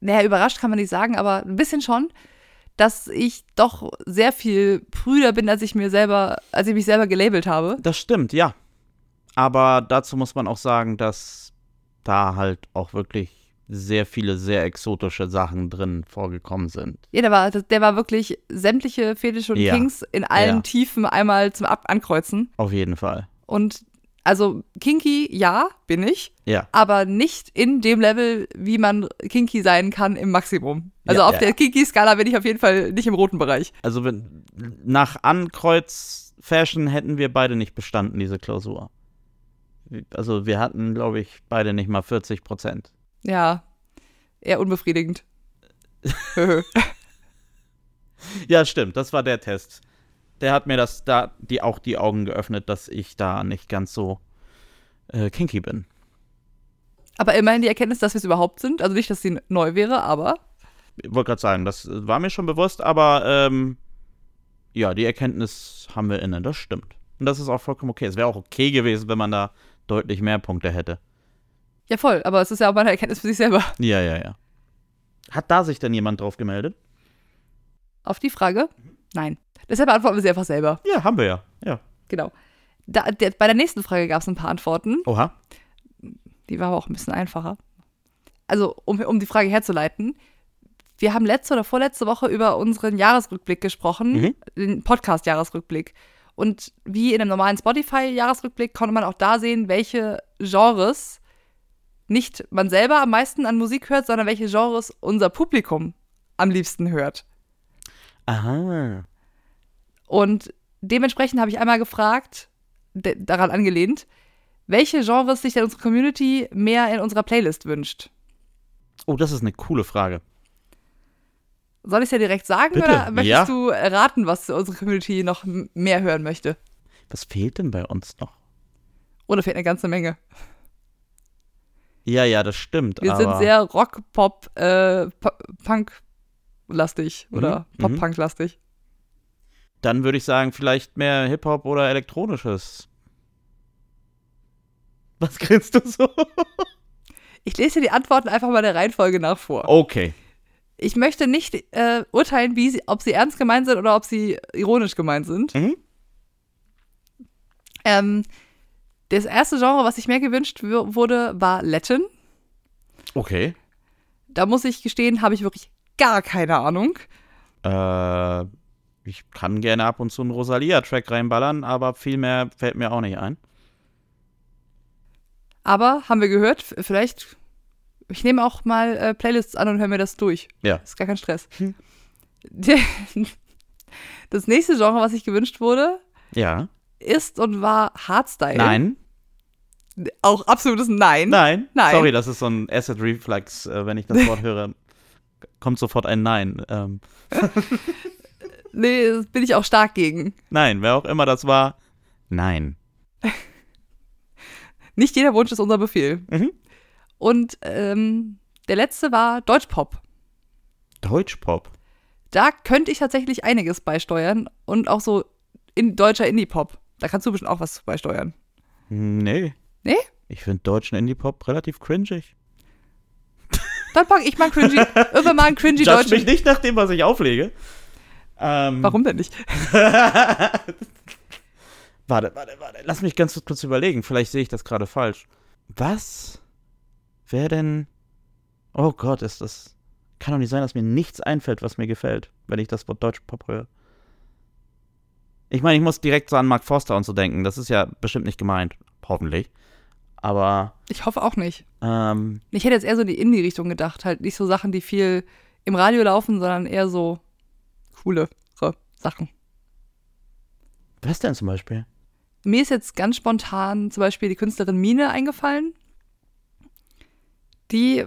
naja, überrascht kann man nicht sagen, aber ein bisschen schon, dass ich doch sehr viel prüder bin, als ich mir selber, als ich mich selber gelabelt habe. Das stimmt, ja. Aber dazu muss man auch sagen, dass da halt auch wirklich sehr viele sehr exotische Sachen drin vorgekommen sind. Ja, der war, der war wirklich sämtliche Fetische und Ja. Kings in allen Ja. Tiefen einmal zum Ab Ankreuzen. Auf jeden Fall. Und also Kinky, ja, bin ich, Ja. aber nicht in dem Level, wie man Kinky sein kann im Maximum. Also Ja, auf ja. der Kinky-Skala bin ich auf jeden Fall nicht im roten Bereich. Also wenn, nach Ankreuz-Fashion hätten wir beide nicht bestanden, diese Klausur. Also wir hatten, glaube ich, beide nicht mal 40 Prozent. Ja, eher unbefriedigend. [LAUGHS] Ja, stimmt, das war der Test. Der hat mir das da die auch die Augen geöffnet, dass ich da nicht ganz so äh, kinky bin. Aber immerhin die Erkenntnis, dass wir es überhaupt sind. Also nicht, dass sie neu wäre, aber Ich wollte gerade sagen, das war mir schon bewusst, aber ähm, ja, die Erkenntnis haben wir inne, das stimmt. Und das ist auch vollkommen okay. Es wäre auch okay gewesen, wenn man da deutlich mehr Punkte hätte. ja voll. Aber es ist ja auch mal eine Erkenntnis für sich selber. Ja, ja, ja. Hat da sich denn jemand drauf gemeldet? Auf die Frage? Mhm. Nein. Deshalb beantworten wir sie einfach selber. Ja, haben wir ja. Ja. Genau. Da, der, bei der nächsten Frage gab es ein paar Antworten. Oha. Die war aber auch ein bisschen einfacher. Also, um, um die Frage herzuleiten. Wir haben letzte oder vorletzte Woche über unseren Jahresrückblick gesprochen, Mhm. den Podcast-Jahresrückblick. Und wie in einem normalen Spotify-Jahresrückblick konnte man auch da sehen, welche Genres nicht man selber am meisten an Musik hört, sondern welche Genres unser Publikum am liebsten hört. Aha. Und dementsprechend habe ich einmal gefragt, de- daran angelehnt, welche Genres sich denn unsere Community mehr in unserer Playlist wünscht. Oh, das ist eine coole Frage. Soll ich es ja direkt sagen Bitte, oder möchtest ja. du raten, was unsere Community noch m- mehr hören möchte? Was fehlt denn bei uns noch? Oder fehlt eine ganze Menge. Ja, ja, das stimmt. Wir aber sind sehr Rock, Pop, äh, P- Punk lastig oder Mhm, Pop Punk lastig. Dann würde ich sagen, vielleicht mehr Hip-Hop oder elektronisches. Was grinst du so? Ich lese dir die Antworten einfach mal der Reihenfolge nach vor. Okay. Ich möchte nicht äh, urteilen, wie sie, ob sie ernst gemeint sind oder ob sie ironisch gemeint sind. Mhm. Ähm, das erste Genre, was sich mehr gewünscht w- wurde, war Latin. Okay. Da muss ich gestehen, habe ich wirklich gar keine Ahnung. Äh, ich kann gerne ab und zu einen Rosalia-Track reinballern, aber viel mehr fällt mir auch nicht ein. Aber haben wir gehört, f- vielleicht, ich nehme auch mal äh, Playlists an und höre mir das durch. Ja. Ist gar kein Stress. Hm. Der- [LAUGHS] Das nächste Genre, was ich gewünscht wurde, Ja. ist und war Hardstyle. Nein. Auch absolutes Nein. Hm? Nein. Nein. Sorry, das ist so ein Acid Reflex, äh, wenn ich das Wort [LAUGHS] höre. Kommt sofort ein Nein. Ähm, Nee, das bin ich auch stark gegen. nein, wer auch immer das war. Nein. Nicht jeder Wunsch ist unser Befehl. Mhm. Und ähm, der letzte war Deutschpop. Deutschpop. Da könnte ich tatsächlich einiges beisteuern und auch so in deutscher Indie-Pop. Da kannst du bestimmt auch was beisteuern. Hm, Nee. Nee? Ich finde deutschen Indie-Pop relativ cringig. Dann pack ich mal [LAUGHS] einen cringy, irgendwann mal einen cringy Judge mich deutschen. nicht nach dem, was ich auflege. Ähm, Warum denn nicht? [LAUGHS] Warte, warte, warte. Lass mich ganz kurz überlegen. Vielleicht sehe ich das gerade falsch. Was? Wer denn? Oh Gott, ist das. Kann doch nicht sein, dass mir nichts einfällt, was mir gefällt, wenn ich das Wort Deutschpop höre. Ich meine, ich muss direkt so an Mark Forster und so denken. Das ist ja bestimmt nicht gemeint. Hoffentlich. Aber, Ich hoffe auch nicht. ähm, Ich hätte jetzt eher so in die Indie-Richtung gedacht. Halt nicht so Sachen, die viel im Radio laufen, sondern eher so coolere Sachen. was denn zum Beispiel? Mir ist jetzt ganz spontan zum Beispiel die Künstlerin Mine eingefallen. Die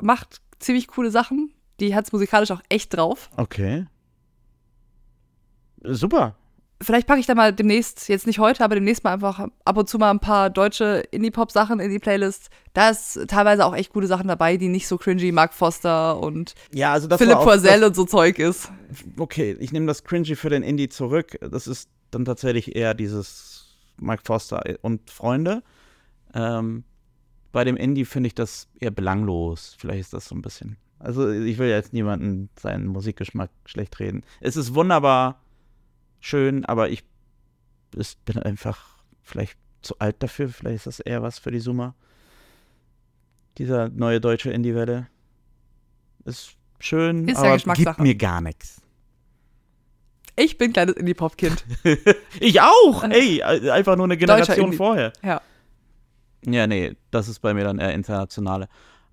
macht ziemlich coole Sachen. Die hat es musikalisch auch echt drauf. Okay. Super. Vielleicht packe ich da mal demnächst, jetzt nicht heute, aber demnächst mal einfach ab und zu mal ein paar deutsche Indie-Pop-Sachen in die Playlist. Da ist teilweise auch echt gute Sachen dabei, die nicht so cringy Mark Foster und Ja, also das Philipp war auch, das- Porzell und so Zeug ist. okay, ich nehme das Cringy für den Indie zurück. Das ist dann tatsächlich eher dieses Mark Foster und Freunde. Ähm, bei dem Indie finde ich das eher belanglos. Vielleicht ist das so ein bisschen. Also ich will jetzt niemanden seinen Musikgeschmack schlecht reden. Es ist wunderbar, schön, aber ich es bin einfach vielleicht zu alt dafür. Vielleicht ist das eher was für die Summer. Dieser neue deutsche Indie-Welle ist schön, Ist ja aber gibt Geschmackssache. mir gar nichts. Ich bin kleines Indie-Pop-Kind. [LAUGHS] Ich auch! Ey, äh, einfach nur eine Generation Äh. Indie. vorher. Ja. Ja, nee, das ist bei mir dann eher internationale.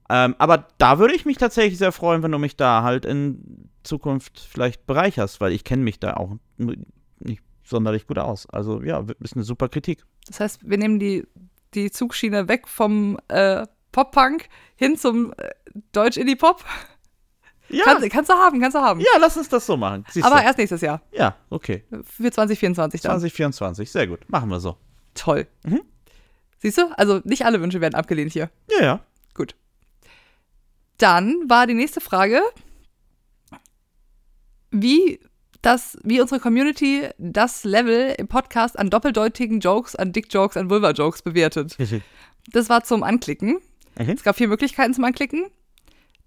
Ähm, aber da würde ich mich tatsächlich sehr freuen, wenn du mich da halt in Zukunft vielleicht bereicherst, weil ich kenne mich da auch n- nicht sonderlich gut aus. Also ja, w- ist eine super Kritik. Das heißt, wir nehmen die, die Zugschiene weg vom äh, Pop-Punk hin zum äh, Deutsch-Indie-Pop. Ja, Kannst, kannst du haben, kannst du haben. ja lass uns das so machen. Siehst Aber du. erst nächstes Jahr, Ja, okay. für 2024 dann. 2024, sehr gut. Machen wir so. Toll. Mhm. Siehst du? Also nicht alle Wünsche werden abgelehnt hier. Ja, ja. Gut. Dann war die nächste Frage, wie, das, wie unsere Community das Level im Podcast an doppeldeutigen Jokes, an Dick-Jokes, an Vulva-Jokes bewertet. Das war zum Anklicken. Mhm. Es gab vier Möglichkeiten zum Anklicken.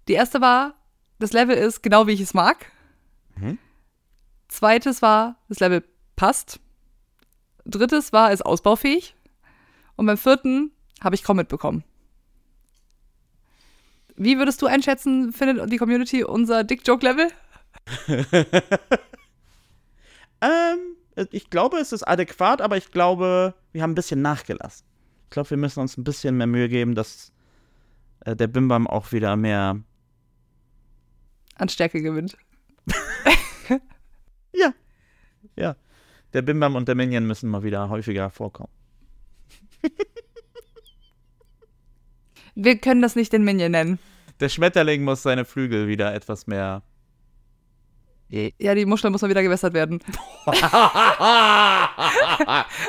Die erste war, das Level ist genau wie ich es mag. Mhm. Zweites war, das Level passt. Drittes war, ist ausbaufähig. Und beim vierten habe ich kaum mitbekommen. Wie würdest du einschätzen, findet die Community unser Dick-Joke-Level? Ähm, ich glaube, es ist adäquat, aber ich glaube, wir haben ein bisschen nachgelassen. Ich glaube, wir müssen uns ein bisschen mehr Mühe geben, dass äh, der Bimbam auch wieder mehr. An Stärke gewinnt. Ja. Ja. Der Bimbam und der Minion müssen mal wieder häufiger vorkommen. Wir können das nicht den Minion nennen. Der Schmetterling muss seine Flügel wieder etwas mehr. Ja, die Muschel muss mal wieder gewässert werden. [LAUGHS]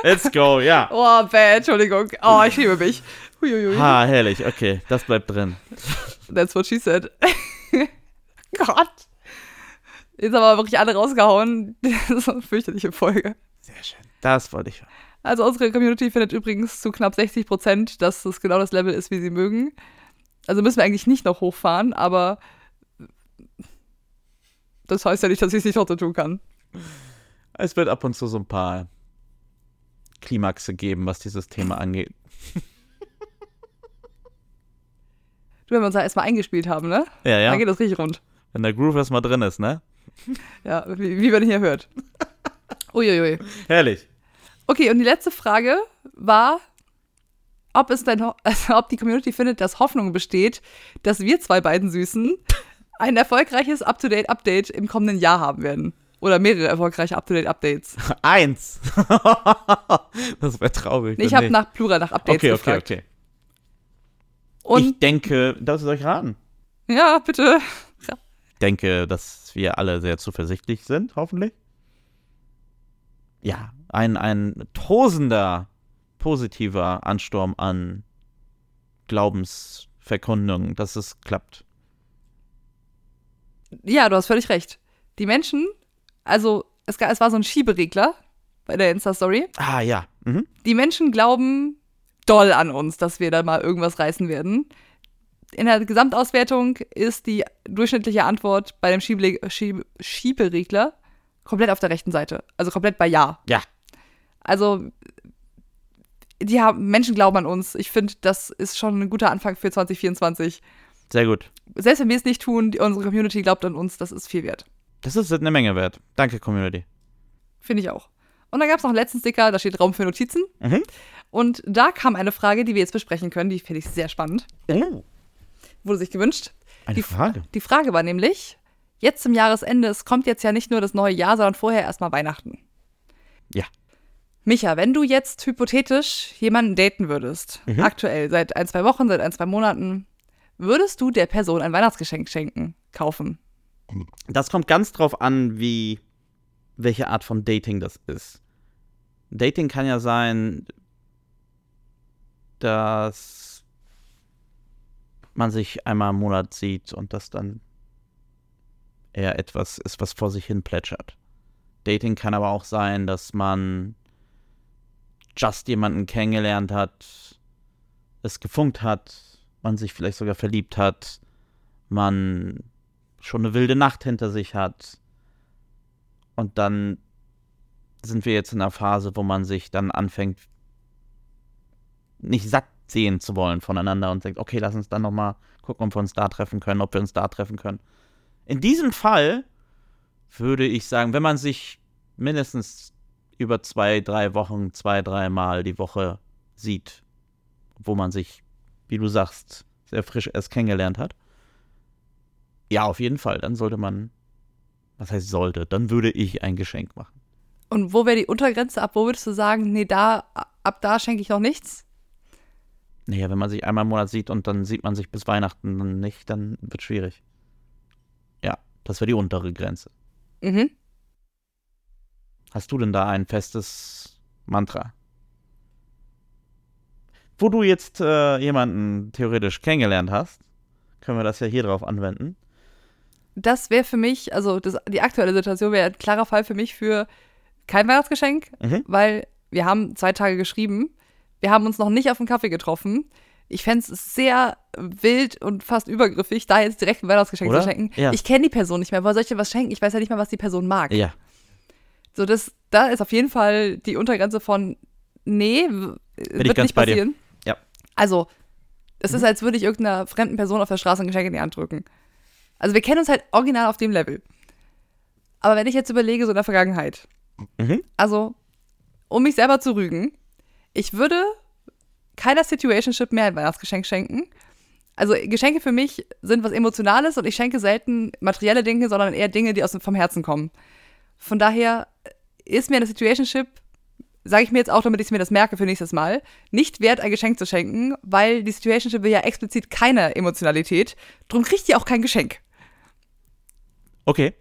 Let's go, ja. Oh, bäh, Entschuldigung. Oh, ich liebe mich. Huiuiui. Ha, herrlich, okay, das bleibt drin. That's what she said. [LAUGHS] Gott. Jetzt haben wir wirklich alle rausgehauen. [LAUGHS] Das ist eine fürchterliche Folge. Sehr schön. Das wollte ich. hören. Also unsere Community findet übrigens zu knapp 60 Prozent, dass das genau das Level ist, wie sie mögen. Also müssen wir eigentlich nicht noch hochfahren, aber das heißt ja nicht, dass ich es nicht trotzdem tun kann. Es wird ab und zu so ein paar Klimaxe geben, was dieses Thema angeht. wenn wir uns da erstmal eingespielt haben, ne? Ja, ja. Dann geht das richtig rund. Wenn der Groove erstmal drin ist, ne? Ja, wie, wie man hier hört. Uiuiui. Herrlich. Okay, und die letzte Frage war, ob, es dein Ho [LAUGHS] also, ob die Community findet, dass Hoffnung besteht, dass wir zwei beiden Süßen ein erfolgreiches Up-to-Date-Update im kommenden Jahr haben werden. Oder mehrere erfolgreiche Up-to-Date-Updates. Eins. [LAUGHS] das wäre traurig. Nee, ich wenn habe nicht. nach Plural nach Updates Okay, okay, gefragt. okay. Und ich denke, darfst du euch raten? ja, bitte. denke, dass wir alle sehr zuversichtlich sind, hoffentlich. Ja, ein, ein tosender, positiver Ansturm an Glaubensverkundung, dass es klappt. Ja, du hast völlig recht. Die Menschen, also es, ga- es war so ein Schieberegler bei der Insta-Story. Ah, ja. Mhm. Die Menschen glauben doll an uns, dass wir da mal irgendwas reißen werden. In der Gesamtauswertung ist die durchschnittliche Antwort bei dem Schiebele- Schieb Schieberegler komplett auf der rechten Seite. Also komplett bei Ja. Ja. Also, die haben, Menschen glauben an uns. Ich finde, das ist schon ein guter Anfang für 2024. Sehr gut. Selbst wenn wir es nicht tun, die, unsere Community glaubt an uns, das ist viel wert. Das ist eine Menge wert. Danke, Community. Finde ich auch. Und dann gab es noch einen letzten Sticker, da steht Raum für Notizen. Mhm. Und da kam eine Frage, die wir jetzt besprechen können, die finde ich sehr spannend. Oh, Wurde sich gewünscht. eine Die- Frage. Die Frage war nämlich, jetzt zum Jahresende, es kommt jetzt ja nicht nur das neue Jahr, sondern vorher erstmal Weihnachten. Ja. Micha, wenn du jetzt hypothetisch jemanden daten würdest, Mhm. aktuell, seit ein, zwei Wochen, seit ein, zwei Monaten, würdest du der Person ein Weihnachtsgeschenk schenken, kaufen? Das kommt ganz drauf an, wie welche Art von Dating das ist. Dating kann ja sein, dass man sich einmal im Monat sieht und das dann eher etwas ist, was vor sich hin plätschert. Dating kann aber auch sein, dass man just jemanden kennengelernt hat, es gefunkt hat, man sich vielleicht sogar verliebt hat, man schon eine wilde Nacht hinter sich hat. Und dann sind wir jetzt in einer Phase, wo man sich dann anfängt, nicht satt sehen zu wollen voneinander und denkt, okay, lass uns dann nochmal gucken, ob wir uns da treffen können, ob wir uns da treffen können. In diesem Fall würde ich sagen, wenn man sich mindestens über zwei, drei Wochen, zwei, dreimal die Woche sieht, wo man sich, wie du sagst, sehr frisch erst kennengelernt hat, ja, auf jeden Fall. Dann sollte man. Was heißt sollte? Dann würde ich ein Geschenk machen. Und wo wäre die Untergrenze? Ab wo würdest du sagen, nee, da, ab da schenke ich noch nichts? Naja, wenn man sich einmal im Monat sieht und dann sieht man sich bis Weihnachten dann nicht, dann wird schwierig. Ja, das wäre die untere Grenze. Mhm. Hast du denn da ein festes Mantra? Wo du jetzt äh, jemanden theoretisch kennengelernt hast, können wir das ja hier drauf anwenden. das wäre für mich, also das, die aktuelle Situation wäre ein klarer Fall für mich für kein Weihnachtsgeschenk, Mhm. weil wir haben zwei Tage geschrieben, wir haben uns noch nicht auf einen Kaffee getroffen. Ich fände es sehr wild und fast übergriffig, da jetzt direkt ein Weihnachtsgeschenk Oder? zu schenken. Ja. Ich kenne die Person nicht mehr. Woher soll ich denn was schenken? Ich weiß ja nicht mal, was die Person mag. Ja, So, das, da ist auf jeden Fall die Untergrenze von nee, w- wird ganz nicht bei dir. passieren. Ja. Mhm. Also, es ist, als würde ich irgendeiner fremden Person auf der Straße ein Geschenk in die Hand drücken. Also, wir kennen uns halt original auf dem Level. Aber wenn ich jetzt überlege, so in der Vergangenheit, Mhm. also, um mich selber zu rügen, ich würde keiner Situationship mehr ein Weihnachtsgeschenk schenken. Also, Geschenke für mich sind was Emotionales und ich schenke selten materielle Dinge, sondern eher Dinge, die aus dem, vom Herzen kommen. Von daher ist mir eine Situationship, sage ich mir jetzt auch, damit ich mir das merke für nächstes Mal, nicht wert, ein Geschenk zu schenken, weil die Situationship will ja explizit keine Emotionalität. Drum kriegt ihr auch kein Geschenk. okay.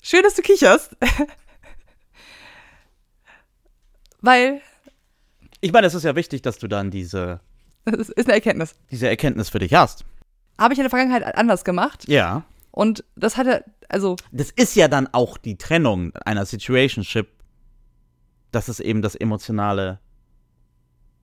Schön, dass du kicherst. [LAUGHS] weil, Ich meine, es ist ja wichtig, dass du dann diese, das ist eine Erkenntnis. diese Erkenntnis für dich hast. Habe ich in der Vergangenheit anders gemacht Ja. und das hatte, also, das ist ja dann auch die Trennung einer Situationship, dass es eben das Emotionale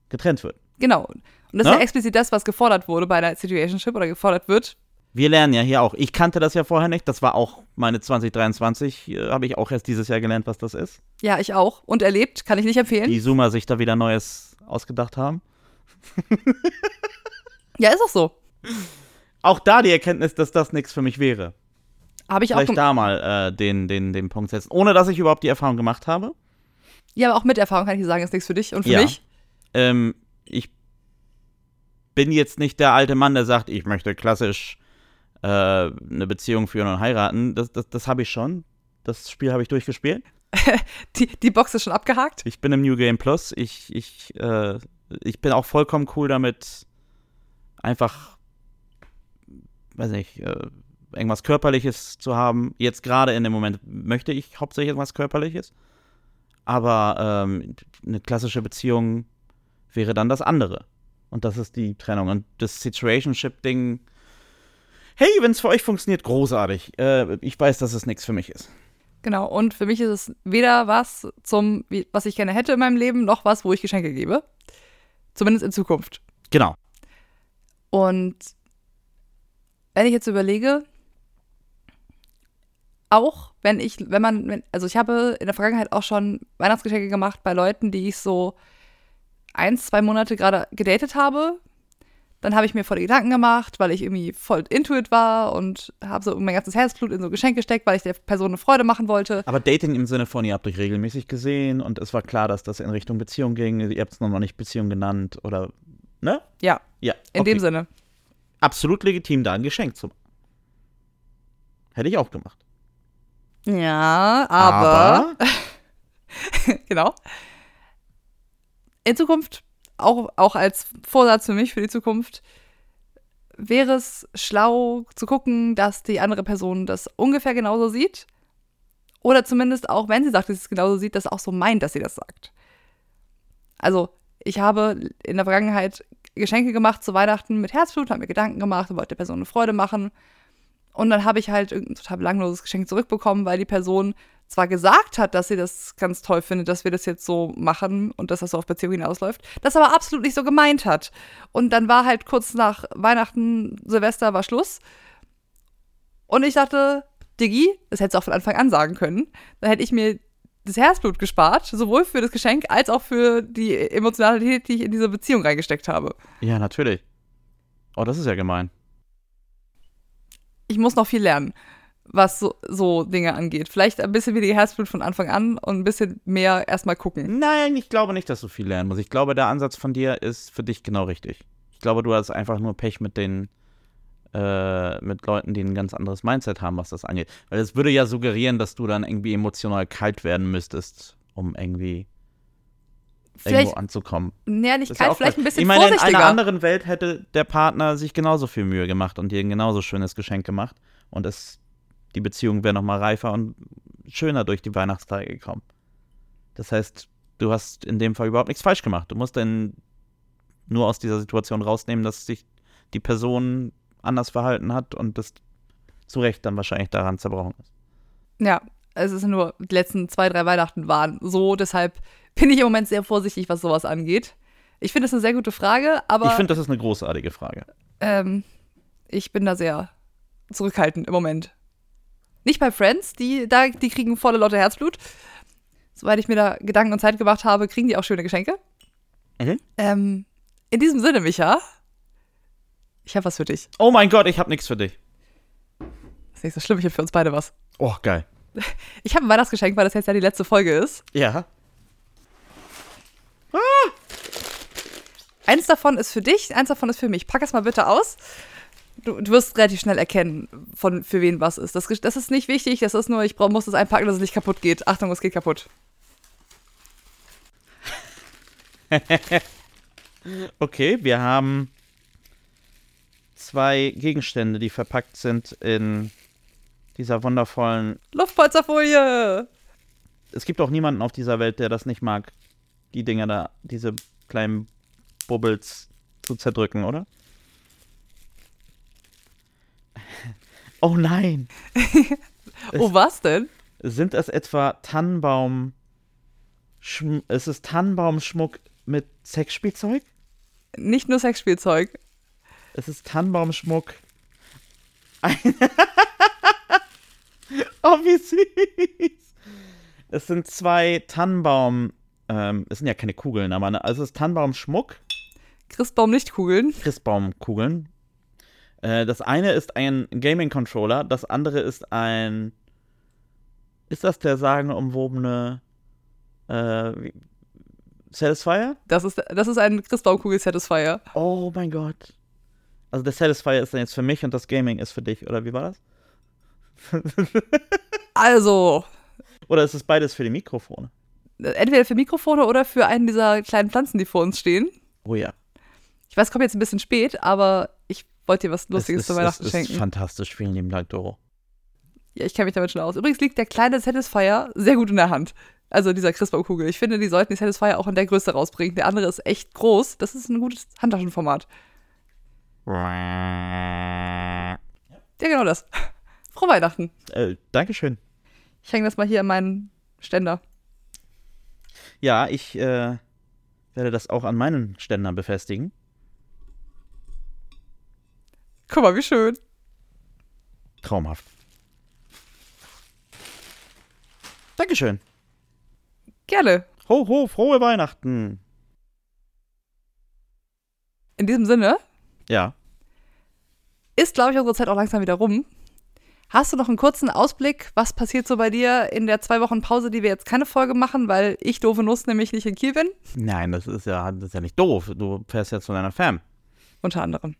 getrennt wird. genau. Und das ist Na? ja explizit das, was gefordert wurde bei einer Situationship oder gefordert wird. Wir lernen ja hier auch. Ich kannte das ja vorher nicht. Das war auch meine 2023, äh, habe ich auch erst dieses Jahr gelernt, was das ist. Ja, ich auch. Und erlebt, kann ich nicht empfehlen. Die Zoomer sich da wieder Neues ausgedacht haben. Ja, ist auch so. Auch da die Erkenntnis, dass das nichts für mich wäre. Habe ich auch Vielleicht gemacht. da mal äh, den, den, den Punkt setzen. Ohne dass ich überhaupt die Erfahrung gemacht habe. Ja, aber auch mit Erfahrung kann ich dir sagen, ist nichts für dich und für Ja. mich. Ähm, ich bin jetzt nicht der alte Mann, der sagt, ich möchte klassisch äh, eine Beziehung führen und heiraten. Das, das, das habe ich schon. Das Spiel habe ich durchgespielt. Die, die Box ist schon abgehakt. Ich bin im New Game Plus. Ich, ich, äh, ich bin auch vollkommen cool damit, einfach, weiß nicht, äh, irgendwas Körperliches zu haben. Jetzt gerade in dem Moment möchte ich hauptsächlich irgendwas Körperliches. Aber ähm, eine klassische Beziehung wäre dann das andere. Und das ist die Trennung. Und das Situationship-Ding. Hey, wenn es für euch funktioniert, großartig. Äh, ich weiß, dass es nichts für mich ist. Genau. Und für mich ist es weder was zum, wie- was ich gerne hätte in meinem Leben, noch was, wo ich Geschenke gebe. Zumindest in Zukunft. Genau. Und wenn ich jetzt überlege, auch wenn ich, wenn man, wenn, also ich habe in der Vergangenheit auch schon Weihnachtsgeschenke gemacht bei Leuten, die ich so ein, zwei Monate gerade gedatet habe. Dann habe ich mir voll die Gedanken gemacht, weil ich irgendwie voll intuit war und habe so mein ganzes Herzblut in so ein Geschenk gesteckt, weil ich der Person eine Freude machen wollte. Aber Dating im Sinne von, ihr habt euch regelmäßig gesehen und es war klar, dass das in Richtung Beziehung ging. Ihr habt es noch nicht Beziehung genannt oder, ne? Ja, Ja. in okay. dem Sinne. Absolut legitim, da ein Geschenk zu machen. Hätte ich auch gemacht. Ja, [LAUGHS] genau. In Zukunft, auch, auch als Vorsatz für mich für die Zukunft, wäre es schlau zu gucken, dass die andere Person das ungefähr genauso sieht. Oder zumindest auch, wenn sie sagt, dass sie es genauso sieht, das auch so meint, dass sie das sagt. Also, ich habe in der Vergangenheit Geschenke gemacht zu Weihnachten mit Herzblut, habe mir Gedanken gemacht, wollte der Person eine Freude machen. Und dann habe ich halt irgendein total belangloses Geschenk zurückbekommen, weil die Person zwar gesagt hat, dass sie das ganz toll findet, dass wir das jetzt so machen und dass das so auf Beziehung hinausläuft, das aber absolut nicht so gemeint hat. Und dann war halt kurz nach Weihnachten, Silvester war Schluss. Und ich dachte, Diggi, das hättest du auch von Anfang an sagen können. Dann hätte ich mir das Herzblut gespart, sowohl für das Geschenk als auch für die Emotionalität, die ich in diese Beziehung reingesteckt habe. Ja, natürlich. Oh, das ist ja gemein. ich muss noch viel lernen, was so, so Dinge angeht. Vielleicht ein bisschen weniger Herzblut von Anfang an und ein bisschen mehr erstmal gucken. Nein, ich glaube nicht, dass du viel lernen musst. Ich glaube, der Ansatz von dir ist für dich genau richtig. Ich glaube, du hast einfach nur Pech mit den äh, mit Leuten, die ein ganz anderes Mindset haben, was das angeht. Weil es würde ja suggerieren, dass du dann irgendwie emotional kalt werden müsstest, um irgendwie Vielleicht, irgendwo anzukommen. näher nicht Das ist kalt, ja auch vielleicht klar. ein bisschen Ich meine, in vorsichtiger. einer anderen Welt hätte der Partner sich genauso viel Mühe gemacht und dir ein genauso schönes Geschenk gemacht. Und es, die Beziehung wäre nochmal reifer und schöner durch die Weihnachtstage gekommen. Das heißt, du hast in dem Fall überhaupt nichts falsch gemacht. Du musst dann nur aus dieser Situation rausnehmen, dass sich die Person anders verhalten hat und das zu Recht dann wahrscheinlich daran zerbrochen ist. ja, es ist nur, die letzten zwei, drei Weihnachten waren so, deshalb bin ich im Moment sehr vorsichtig, was sowas angeht. Ich finde das eine sehr gute Frage, aber ich finde, das ist eine großartige Frage. ähm, ich bin da sehr zurückhaltend im Moment. Nicht bei Friends, die, da, die kriegen volle Lotte Herzblut. Soweit ich mir da Gedanken und Zeit gemacht habe, kriegen die auch schöne Geschenke. Mhm. Ähm, in diesem Sinne, Micha, ich habe was für dich. Oh mein Gott, ich habe nichts für dich. Ist nicht so schlimm, ich habe für uns beide was. Oh, geil. Ich habe ein Weihnachtsgeschenk, weil das jetzt ja die letzte Folge ist. Ja. Eins davon ist für dich, eins davon ist für mich. Pack es mal bitte aus. Du, du wirst relativ schnell erkennen, von, für wen was ist. Das, Gesch- das ist nicht wichtig, das ist nur, ich brauch, muss es einpacken, dass es nicht kaputt geht. Achtung, es geht kaputt. Okay, wir haben zwei Gegenstände, die verpackt sind in dieser wundervollen. Luftpolsterfolie! Es gibt auch niemanden auf dieser Welt, der das nicht mag, die Dinger da, diese kleinen Bubbles zu zerdrücken, oder? [LAUGHS] Oh nein! Oh, was denn? Sind es etwa Tannenbaum. Schm ist es Tannenbaumschmuck mit Sexspielzeug? Nicht nur Sexspielzeug. Es ist Tannenbaumschmuck. Ein- [LAUGHS] oh, wie süß. Es sind zwei Tannenbaum. Ähm, es sind ja keine Kugeln, aber ne, also es ist Tannenbaumschmuck, Christbaum nicht kugeln. Christbaumkugeln. Äh, das eine ist ein Gaming-Controller, das andere ist ein. Ist das der sagenumwobene äh, wie- Satisfier? Das ist, das ist ein Christbaumkugel-Satisfier. Oh mein Gott. Also der Satisfier ist dann jetzt für mich und das Gaming ist für dich, oder wie war das? Also, Oder ist es beides für die Mikrofone? entweder für Mikrofone oder für einen dieser kleinen Pflanzen, die vor uns stehen. Oh ja. Ich weiß, kommt jetzt ein bisschen spät, aber ich wollte dir was Lustiges es zu ist, Weihnachten es ist schenken. fantastisch. Vielen lieben Dank, Doro. Ja, ich kenne mich damit schon aus. Übrigens liegt der kleine Satisfier sehr gut in der Hand. Also dieser Christbaumkugel. Ich finde, die sollten die Satisfier auch in der Größe rausbringen. Der andere ist echt groß. Das ist ein gutes Handtaschenformat. Ja, genau das. [LAUGHS] Frohe Weihnachten. Äh, Dankeschön. Ich hänge das mal hier in meinen Ständer. Ja, ich äh, werde das auch an meinen Ständern befestigen. Guck mal, wie schön. Traumhaft. Dankeschön. Gerne. Ho, ho, frohe Weihnachten. In diesem Sinne Ja. ist, glaube ich, unsere Zeit auch langsam wieder rum. Hast du noch einen kurzen Ausblick, was passiert so bei dir in der zwei Wochen Pause, die wir jetzt keine Folge machen, weil ich doofe Nuss nämlich nicht in Kiel bin? Nein, das ist ja, das ist ja nicht doof. Du fährst jetzt von deiner Fam Unter anderem.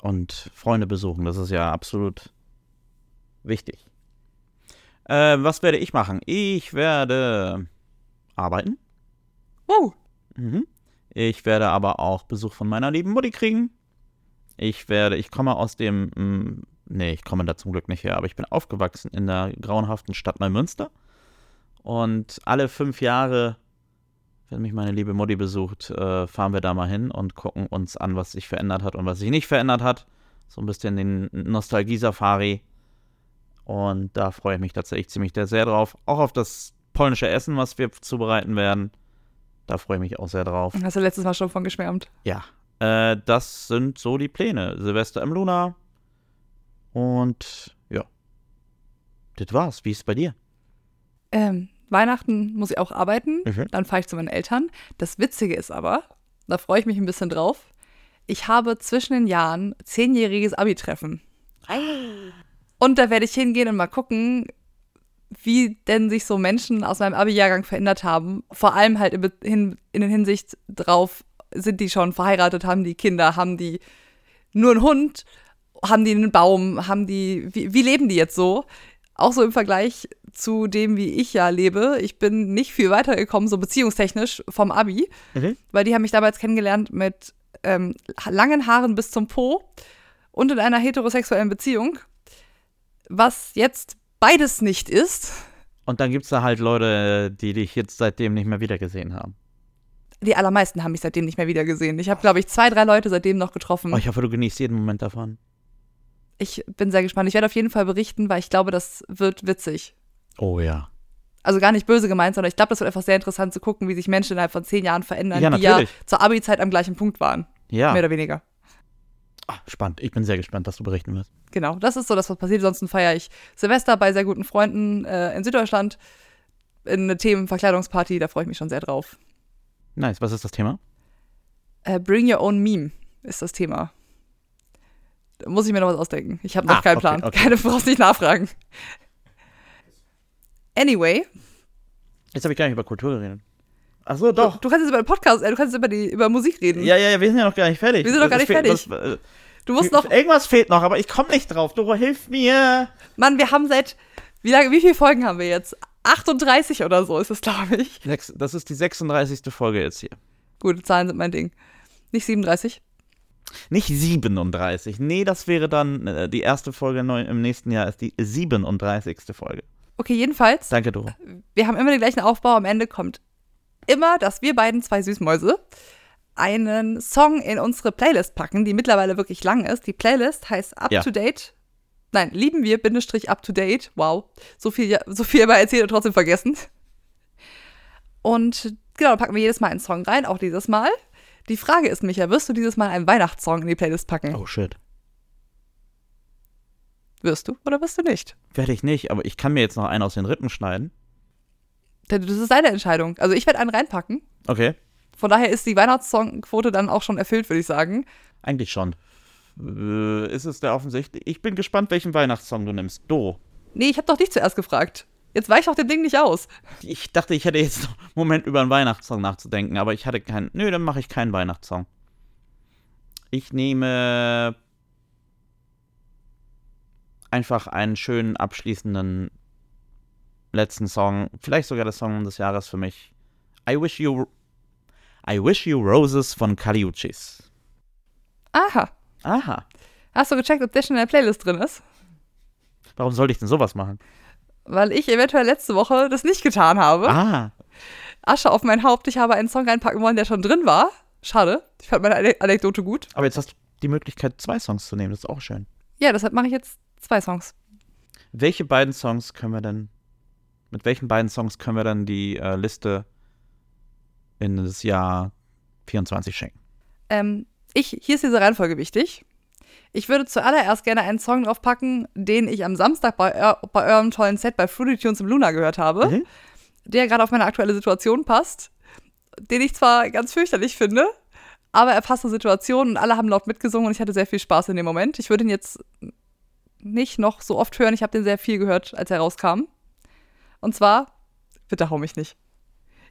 und Freunde besuchen. Das ist ja absolut wichtig. Äh, was werde ich machen? Ich werde arbeiten. Wow. Mhm. Ich werde aber auch Besuch von meiner lieben Mutti kriegen. Ich werde, ich komme aus dem, mm, nee, ich komme da zum Glück nicht her, aber ich bin aufgewachsen in der grauenhaften Stadt Neumünster. Und alle fünf Jahre, wenn mich meine liebe Mutti besucht, äh, fahren wir da mal hin und gucken uns an, was sich verändert hat und was sich nicht verändert hat. So ein bisschen den Nostalgie-Safari. Und da freue ich mich tatsächlich ziemlich sehr drauf. Auch auf das polnische Essen, was wir zubereiten werden. Da freue ich mich auch sehr drauf. Hast du letztes Mal schon von geschwärmt. Ja, äh, das sind so die Pläne. Silvester im Luna. Und ja. Das war's. Wie ist es bei dir? Ähm, Weihnachten muss ich auch arbeiten. Mhm. Dann fahre ich zu meinen Eltern. Das Witzige ist aber, da freue ich mich ein bisschen drauf, ich habe zwischen den Jahren zehnjähriges Abi-Treffen. Und da werde ich hingehen und mal gucken, wie denn sich so Menschen aus meinem Abi-Jahrgang verändert haben. Vor allem halt in, Be- hin, in der Hinsicht drauf, sind die schon verheiratet, haben die Kinder, haben die nur einen Hund, haben die einen Baum, haben die, wie, wie leben die jetzt so? Auch so im Vergleich zu dem, wie ich ja lebe. Ich bin nicht viel weitergekommen, so beziehungstechnisch vom Abi, Mhm. weil die haben mich damals kennengelernt mit ähm, langen Haaren bis zum Po und in einer heterosexuellen Beziehung, was jetzt beides nicht ist. Und dann gibt's da halt Leute, die dich jetzt seitdem nicht mehr wiedergesehen haben. Die allermeisten haben mich seitdem nicht mehr wiedergesehen. Ich habe, glaube ich, zwei, drei Leute seitdem noch getroffen. Oh, ich hoffe, du genießt jeden Moment davon. Ich bin sehr gespannt. Ich werde auf jeden Fall berichten, weil ich glaube, das wird witzig. Oh ja. Also gar nicht böse gemeint, sondern ich glaube, das wird einfach sehr interessant zu gucken, wie sich Menschen innerhalb von zehn Jahren verändern, Ja, die ja natürlich. zur Abi-Zeit am gleichen Punkt waren. Ja. Mehr oder weniger. Ah, spannend. Ich bin sehr gespannt, was du berichten wirst. Genau, das ist so das, was passiert. Ansonsten feiere ich Silvester bei sehr guten Freunden äh, in Süddeutschland. In eine Themenverkleidungsparty, da freue ich mich schon sehr drauf. Nice. Was ist das Thema? Äh, Bring Your Own Meme ist das Thema. Da muss ich mir noch was ausdenken. Ich habe noch Ah, keinen okay, Plan. okay. Keine, brauchst nicht nachfragen. Anyway, Jetzt habe ich gar nicht über Kultur geredet. Mhm. Ach so, doch. du kannst jetzt über den Podcast, äh, du kannst jetzt über, die, über Musik reden. Ja, ja, ja, wir sind ja noch gar nicht fertig. Wir sind noch gar Es nicht fehlt- fertig. was- äh, Du musst noch, Irgendwas fehlt noch, aber ich komme nicht drauf. Doro, hilf mir. Mann, wir haben seit, wie lange, wie viele Folgen haben wir jetzt? 38 oder so ist es, glaube ich. Sechs- Das ist die 36. Folge jetzt hier. Gut, Zahlen sind mein Ding. Nicht 37. Nicht 37. Nee, das wäre dann äh, die erste Folge neu, im nächsten Jahr ist die 37. Folge. Okay, jedenfalls. Danke, Doro. wir haben immer den gleichen Aufbau. Am Ende kommt immer, dass wir beiden zwei Süßmäuse einen Song in unsere Playlist packen, die mittlerweile wirklich lang ist. Die Playlist heißt Up Ja. to Date. Nein, lieben wir, Bindestrich up to date. Wow. So viel, ja- so viel immer erzählt und trotzdem vergessen. Und genau, dann packen wir jedes Mal einen Song rein, auch dieses Mal. Die Frage ist, Micha, wirst du dieses Mal einen Weihnachtssong in die Playlist packen? Oh shit. Wirst du oder wirst du nicht? Werde ich nicht, aber ich kann mir jetzt noch einen aus den Rippen schneiden. Denn Das ist deine Entscheidung. Also ich werde einen reinpacken. Okay. Von daher ist die Weihnachtssongquote dann auch schon erfüllt, würde ich sagen. Eigentlich schon. äh, ist es da offensichtlich. Ich bin gespannt, welchen Weihnachtssong du nimmst. Do. Nee, ich habe doch dich zuerst gefragt. Jetzt weiche doch dem Ding nicht aus. Ich dachte, ich hätte jetzt noch einen Moment über einen Weihnachtssong nachzudenken, aber ich hatte keinen. Nö, dann mache ich keinen Weihnachtssong. Ich nehme einfach einen schönen abschließenden letzten Song, vielleicht sogar der Song des Jahres für mich. I wish you I wish you roses von Caliuchis. Aha. Aha. Hast du gecheckt, ob der schon in der Playlist drin ist? Warum sollte ich denn sowas machen? Weil ich eventuell letzte Woche das nicht getan habe. Ah, Asche auf mein Haupt, ich habe einen Song reinpacken wollen, der schon drin war. Schade. Ich fand meine Ane- Anekdote gut. aber jetzt hast du die Möglichkeit, zwei Songs zu nehmen. Das ist auch schön. Ja, deshalb mache ich jetzt zwei Songs. Welche beiden Songs können wir denn, mit welchen beiden Songs können wir dann die äh, Liste in das Jahr 24 schenken? [LAUGHS] Ähm, ich, hier ist diese Reihenfolge wichtig. Ich würde zuallererst gerne einen Song draufpacken, den ich am Samstag bei, eu bei eurem tollen Set bei Fruity Tunes im Luna gehört habe, Mhm. der gerade auf meine aktuelle Situation passt, den ich zwar ganz fürchterlich finde, aber er passt zur Situation und alle haben laut mitgesungen und ich hatte sehr viel Spaß in dem Moment. Ich würde ihn jetzt nicht noch so oft hören, ich habe den sehr viel gehört, als er rauskam. Und zwar, bitte hau mich nicht.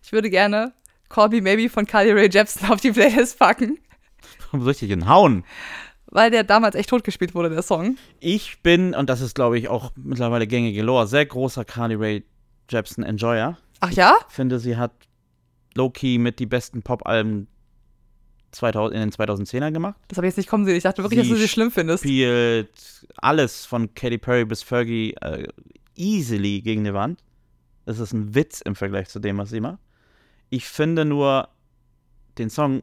Ich würde gerne Call Me Maybe von Carly Rae Jepsen auf die Playlist packen Warum soll ich dich denn hauen? weil der damals echt totgespielt wurde, der Song. Ich bin, und das ist, glaube ich, auch mittlerweile gängige Lore, sehr großer Carly Rae Jepsen Enjoyer. Ach ja? finde, sie hat Loki mit die besten Pop-Alben 2000 in den 2010er gemacht. Das habe ich jetzt nicht kommen sehen. Ich dachte wirklich, Sie dass du sie schlimm findest. Spielt alles von Katy Perry bis Fergie äh, easily gegen die Wand. Das ist ein Witz im Vergleich zu dem, was sie macht. Ich finde nur den Song,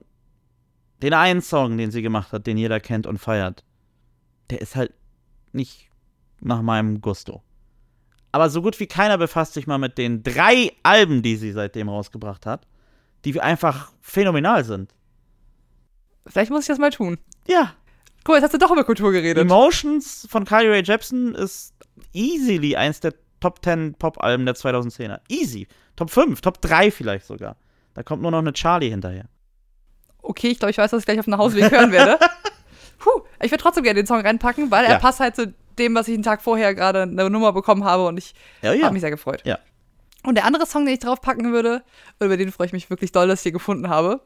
den einen Song, den sie gemacht hat, den jeder kennt und feiert, der ist halt nicht nach meinem Gusto. Aber so gut wie keiner befasst sich mal mit den drei Alben, die sie seitdem rausgebracht hat, die einfach phänomenal sind. Vielleicht muss ich das mal tun. Ja, Guck mal, jetzt hast du doch über Kultur geredet. Emotions von Carly Rae Jepsen ist easily eins der Top 10 Pop-Alben der 2010er. Easy. Top 5, Top 3 vielleicht sogar. Da kommt nur noch eine Charlie hinterher. Okay, ich glaube, ich weiß, was ich gleich auf dem Hausweg [LAUGHS] hören werde. Puh, ich würde trotzdem gerne den Song reinpacken, weil Ja. er passt halt zu dem, was ich einen Tag vorher gerade eine Nummer bekommen habe und ich Ja, habe mich sehr gefreut. Ja. Und der andere Song, den ich draufpacken würde, und über den freue ich mich wirklich doll, dass ich hier gefunden habe,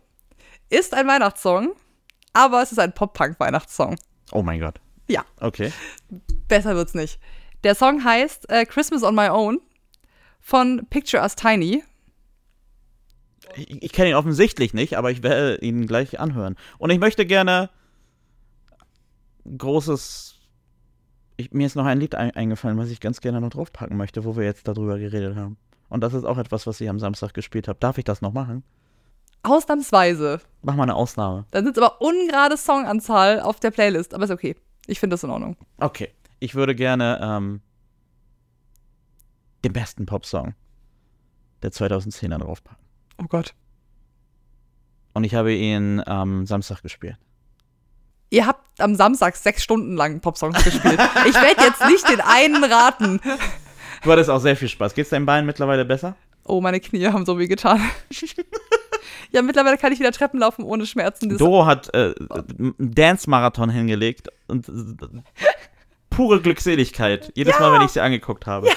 ist ein Weihnachtssong, aber es ist ein Pop-Punk-Weihnachtssong. Oh mein Gott. Ja. Okay. Besser wird's nicht. Der Song heißt äh, Christmas on My Own von Picture Us Tiny. Ich, ich kenne ihn offensichtlich nicht, aber ich werde ihn gleich anhören. Und ich möchte gerne großes. Ich, mir ist noch ein Lied ein, eingefallen, was ich ganz gerne noch draufpacken möchte, wo wir jetzt darüber geredet haben. Und das ist auch etwas, was ich am Samstag gespielt habe. Darf ich das noch machen? Ausnahmsweise. Mach mal eine Ausnahme. Dann sitzt aber ungerade Songanzahl auf der Playlist. Aber ist okay. Ich finde das in Ordnung. Okay. Ich würde gerne ähm, den besten Popsong der 2010er draufpacken. Oh Gott. Und ich habe ihn am Samstag gespielt. Ihr habt am Samstag sechs Stunden lang Popsongs gespielt. Ich werde jetzt nicht den einen raten. Du hattest auch sehr viel Spaß. Geht's deinen Beinen mittlerweile besser? Oh, meine Knie haben so weh getan. [LAUGHS] Ja, mittlerweile kann ich wieder Treppen laufen ohne Schmerzen. Das- Doro hat äh, einen Dance-Marathon hingelegt und äh, pure Glückseligkeit. Jedes Mal, wenn ich sie angeguckt habe.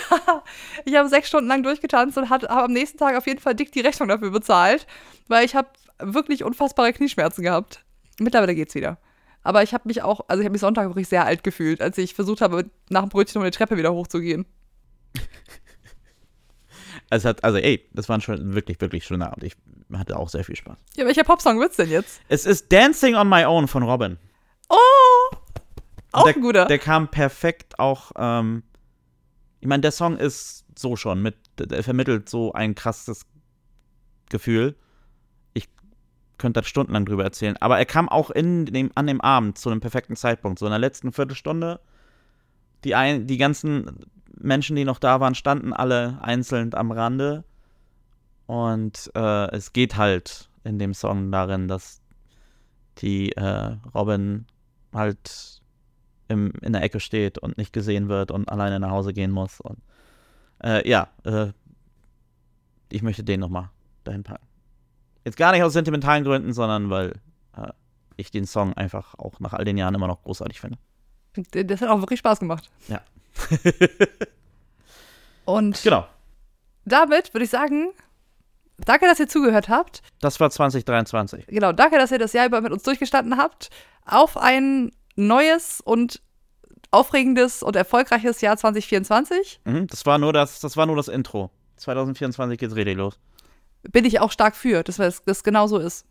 Ich habe sechs Stunden lang durchgetanzt und hat- habe am nächsten Tag auf jeden Fall dick die Rechnung dafür bezahlt, weil ich habe wirklich unfassbare Knieschmerzen gehabt. Mittlerweile geht's wieder. Aber ich habe mich auch, also ich habe mich Sonntag wirklich sehr alt gefühlt, als ich versucht habe, nach dem Brötchen um die Treppe wieder hochzugehen. Also, hat, also ey, das war ein schön, wirklich, wirklich schöner Abend. Ich hatte auch sehr viel Spaß. Ja, welcher Popsong wird's denn jetzt? Es ist Dancing on My Own von Robin. Oh! Auch der, ein guter. Der kam perfekt auch. Ähm, ich meine, der Song ist so schon mit, der- der vermittelt so ein krasses Gefühl. Ich könnte das stundenlang drüber erzählen. Aber er kam auch in dem, an dem Abend zu einem perfekten Zeitpunkt, so in der letzten Viertelstunde. Die, ein, die ganzen Menschen, die noch da waren, standen alle einzeln am Rande. Und äh, es geht halt in dem Song darin, dass die äh, Robin halt im, in der Ecke steht und nicht gesehen wird und alleine nach Hause gehen muss. Und, äh, ja, äh, ich möchte den nochmal dahin packen. Jetzt gar nicht aus sentimentalen Gründen, sondern weil äh, ich den Song einfach auch nach all den Jahren immer noch großartig finde. Das hat auch wirklich Spaß gemacht. Ja. [LAUGHS] Und Genau. damit würde ich sagen, danke, dass ihr zugehört habt. Das war 2023. Genau, danke, dass ihr das Jahr über mit uns durchgestanden habt. Auf ein neues und aufregendes und erfolgreiches Jahr 2024 Mhm, das war nur das, das war nur das Intro. 2024 geht's richtig los. bin ich auch stark für, dass das, das genau so ist.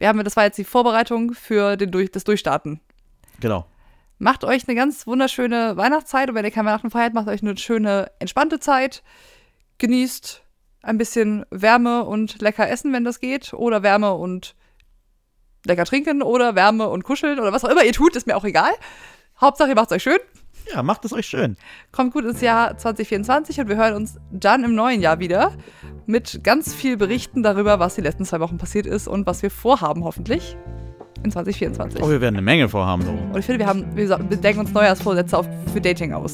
Wir haben, das war jetzt die Vorbereitung für den Durch, das Durchstarten. Genau. Macht euch eine ganz wunderschöne Weihnachtszeit und wenn ihr keine Weihnachten feiert, macht euch eine schöne, entspannte Zeit. Genießt ein bisschen Wärme und lecker essen, wenn das geht. Oder Wärme und lecker trinken oder Wärme und kuscheln oder was auch immer ihr tut, ist mir auch egal. Hauptsache, ihr macht es euch schön. Ja, macht es euch schön. Kommt gut ins Jahr 2024 und wir hören uns dann im neuen Jahr wieder mit ganz viel Berichten darüber, was die letzten zwei Wochen passiert ist und was wir vorhaben, hoffentlich in 2024. Oh, wir werden eine Menge vorhaben, Loro. Und ich finde, wir haben, wir, sa- wir denken uns Neujahrsvorsätze auf, für Dating aus.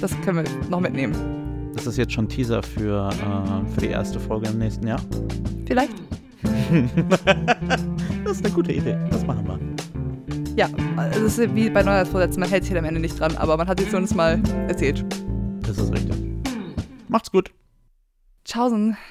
Das können wir noch mitnehmen. Das ist jetzt schon Teaser für, äh, für die erste Folge im nächsten Jahr. Vielleicht. [LAUGHS] Das ist eine gute Idee. Das machen wir. Ja, also es ist wie bei Neujahrsvorsätzen, man hält sich halt am Ende nicht dran, aber man hat es uns mal erzählt. Das ist richtig. Macht's gut. Tschaußen.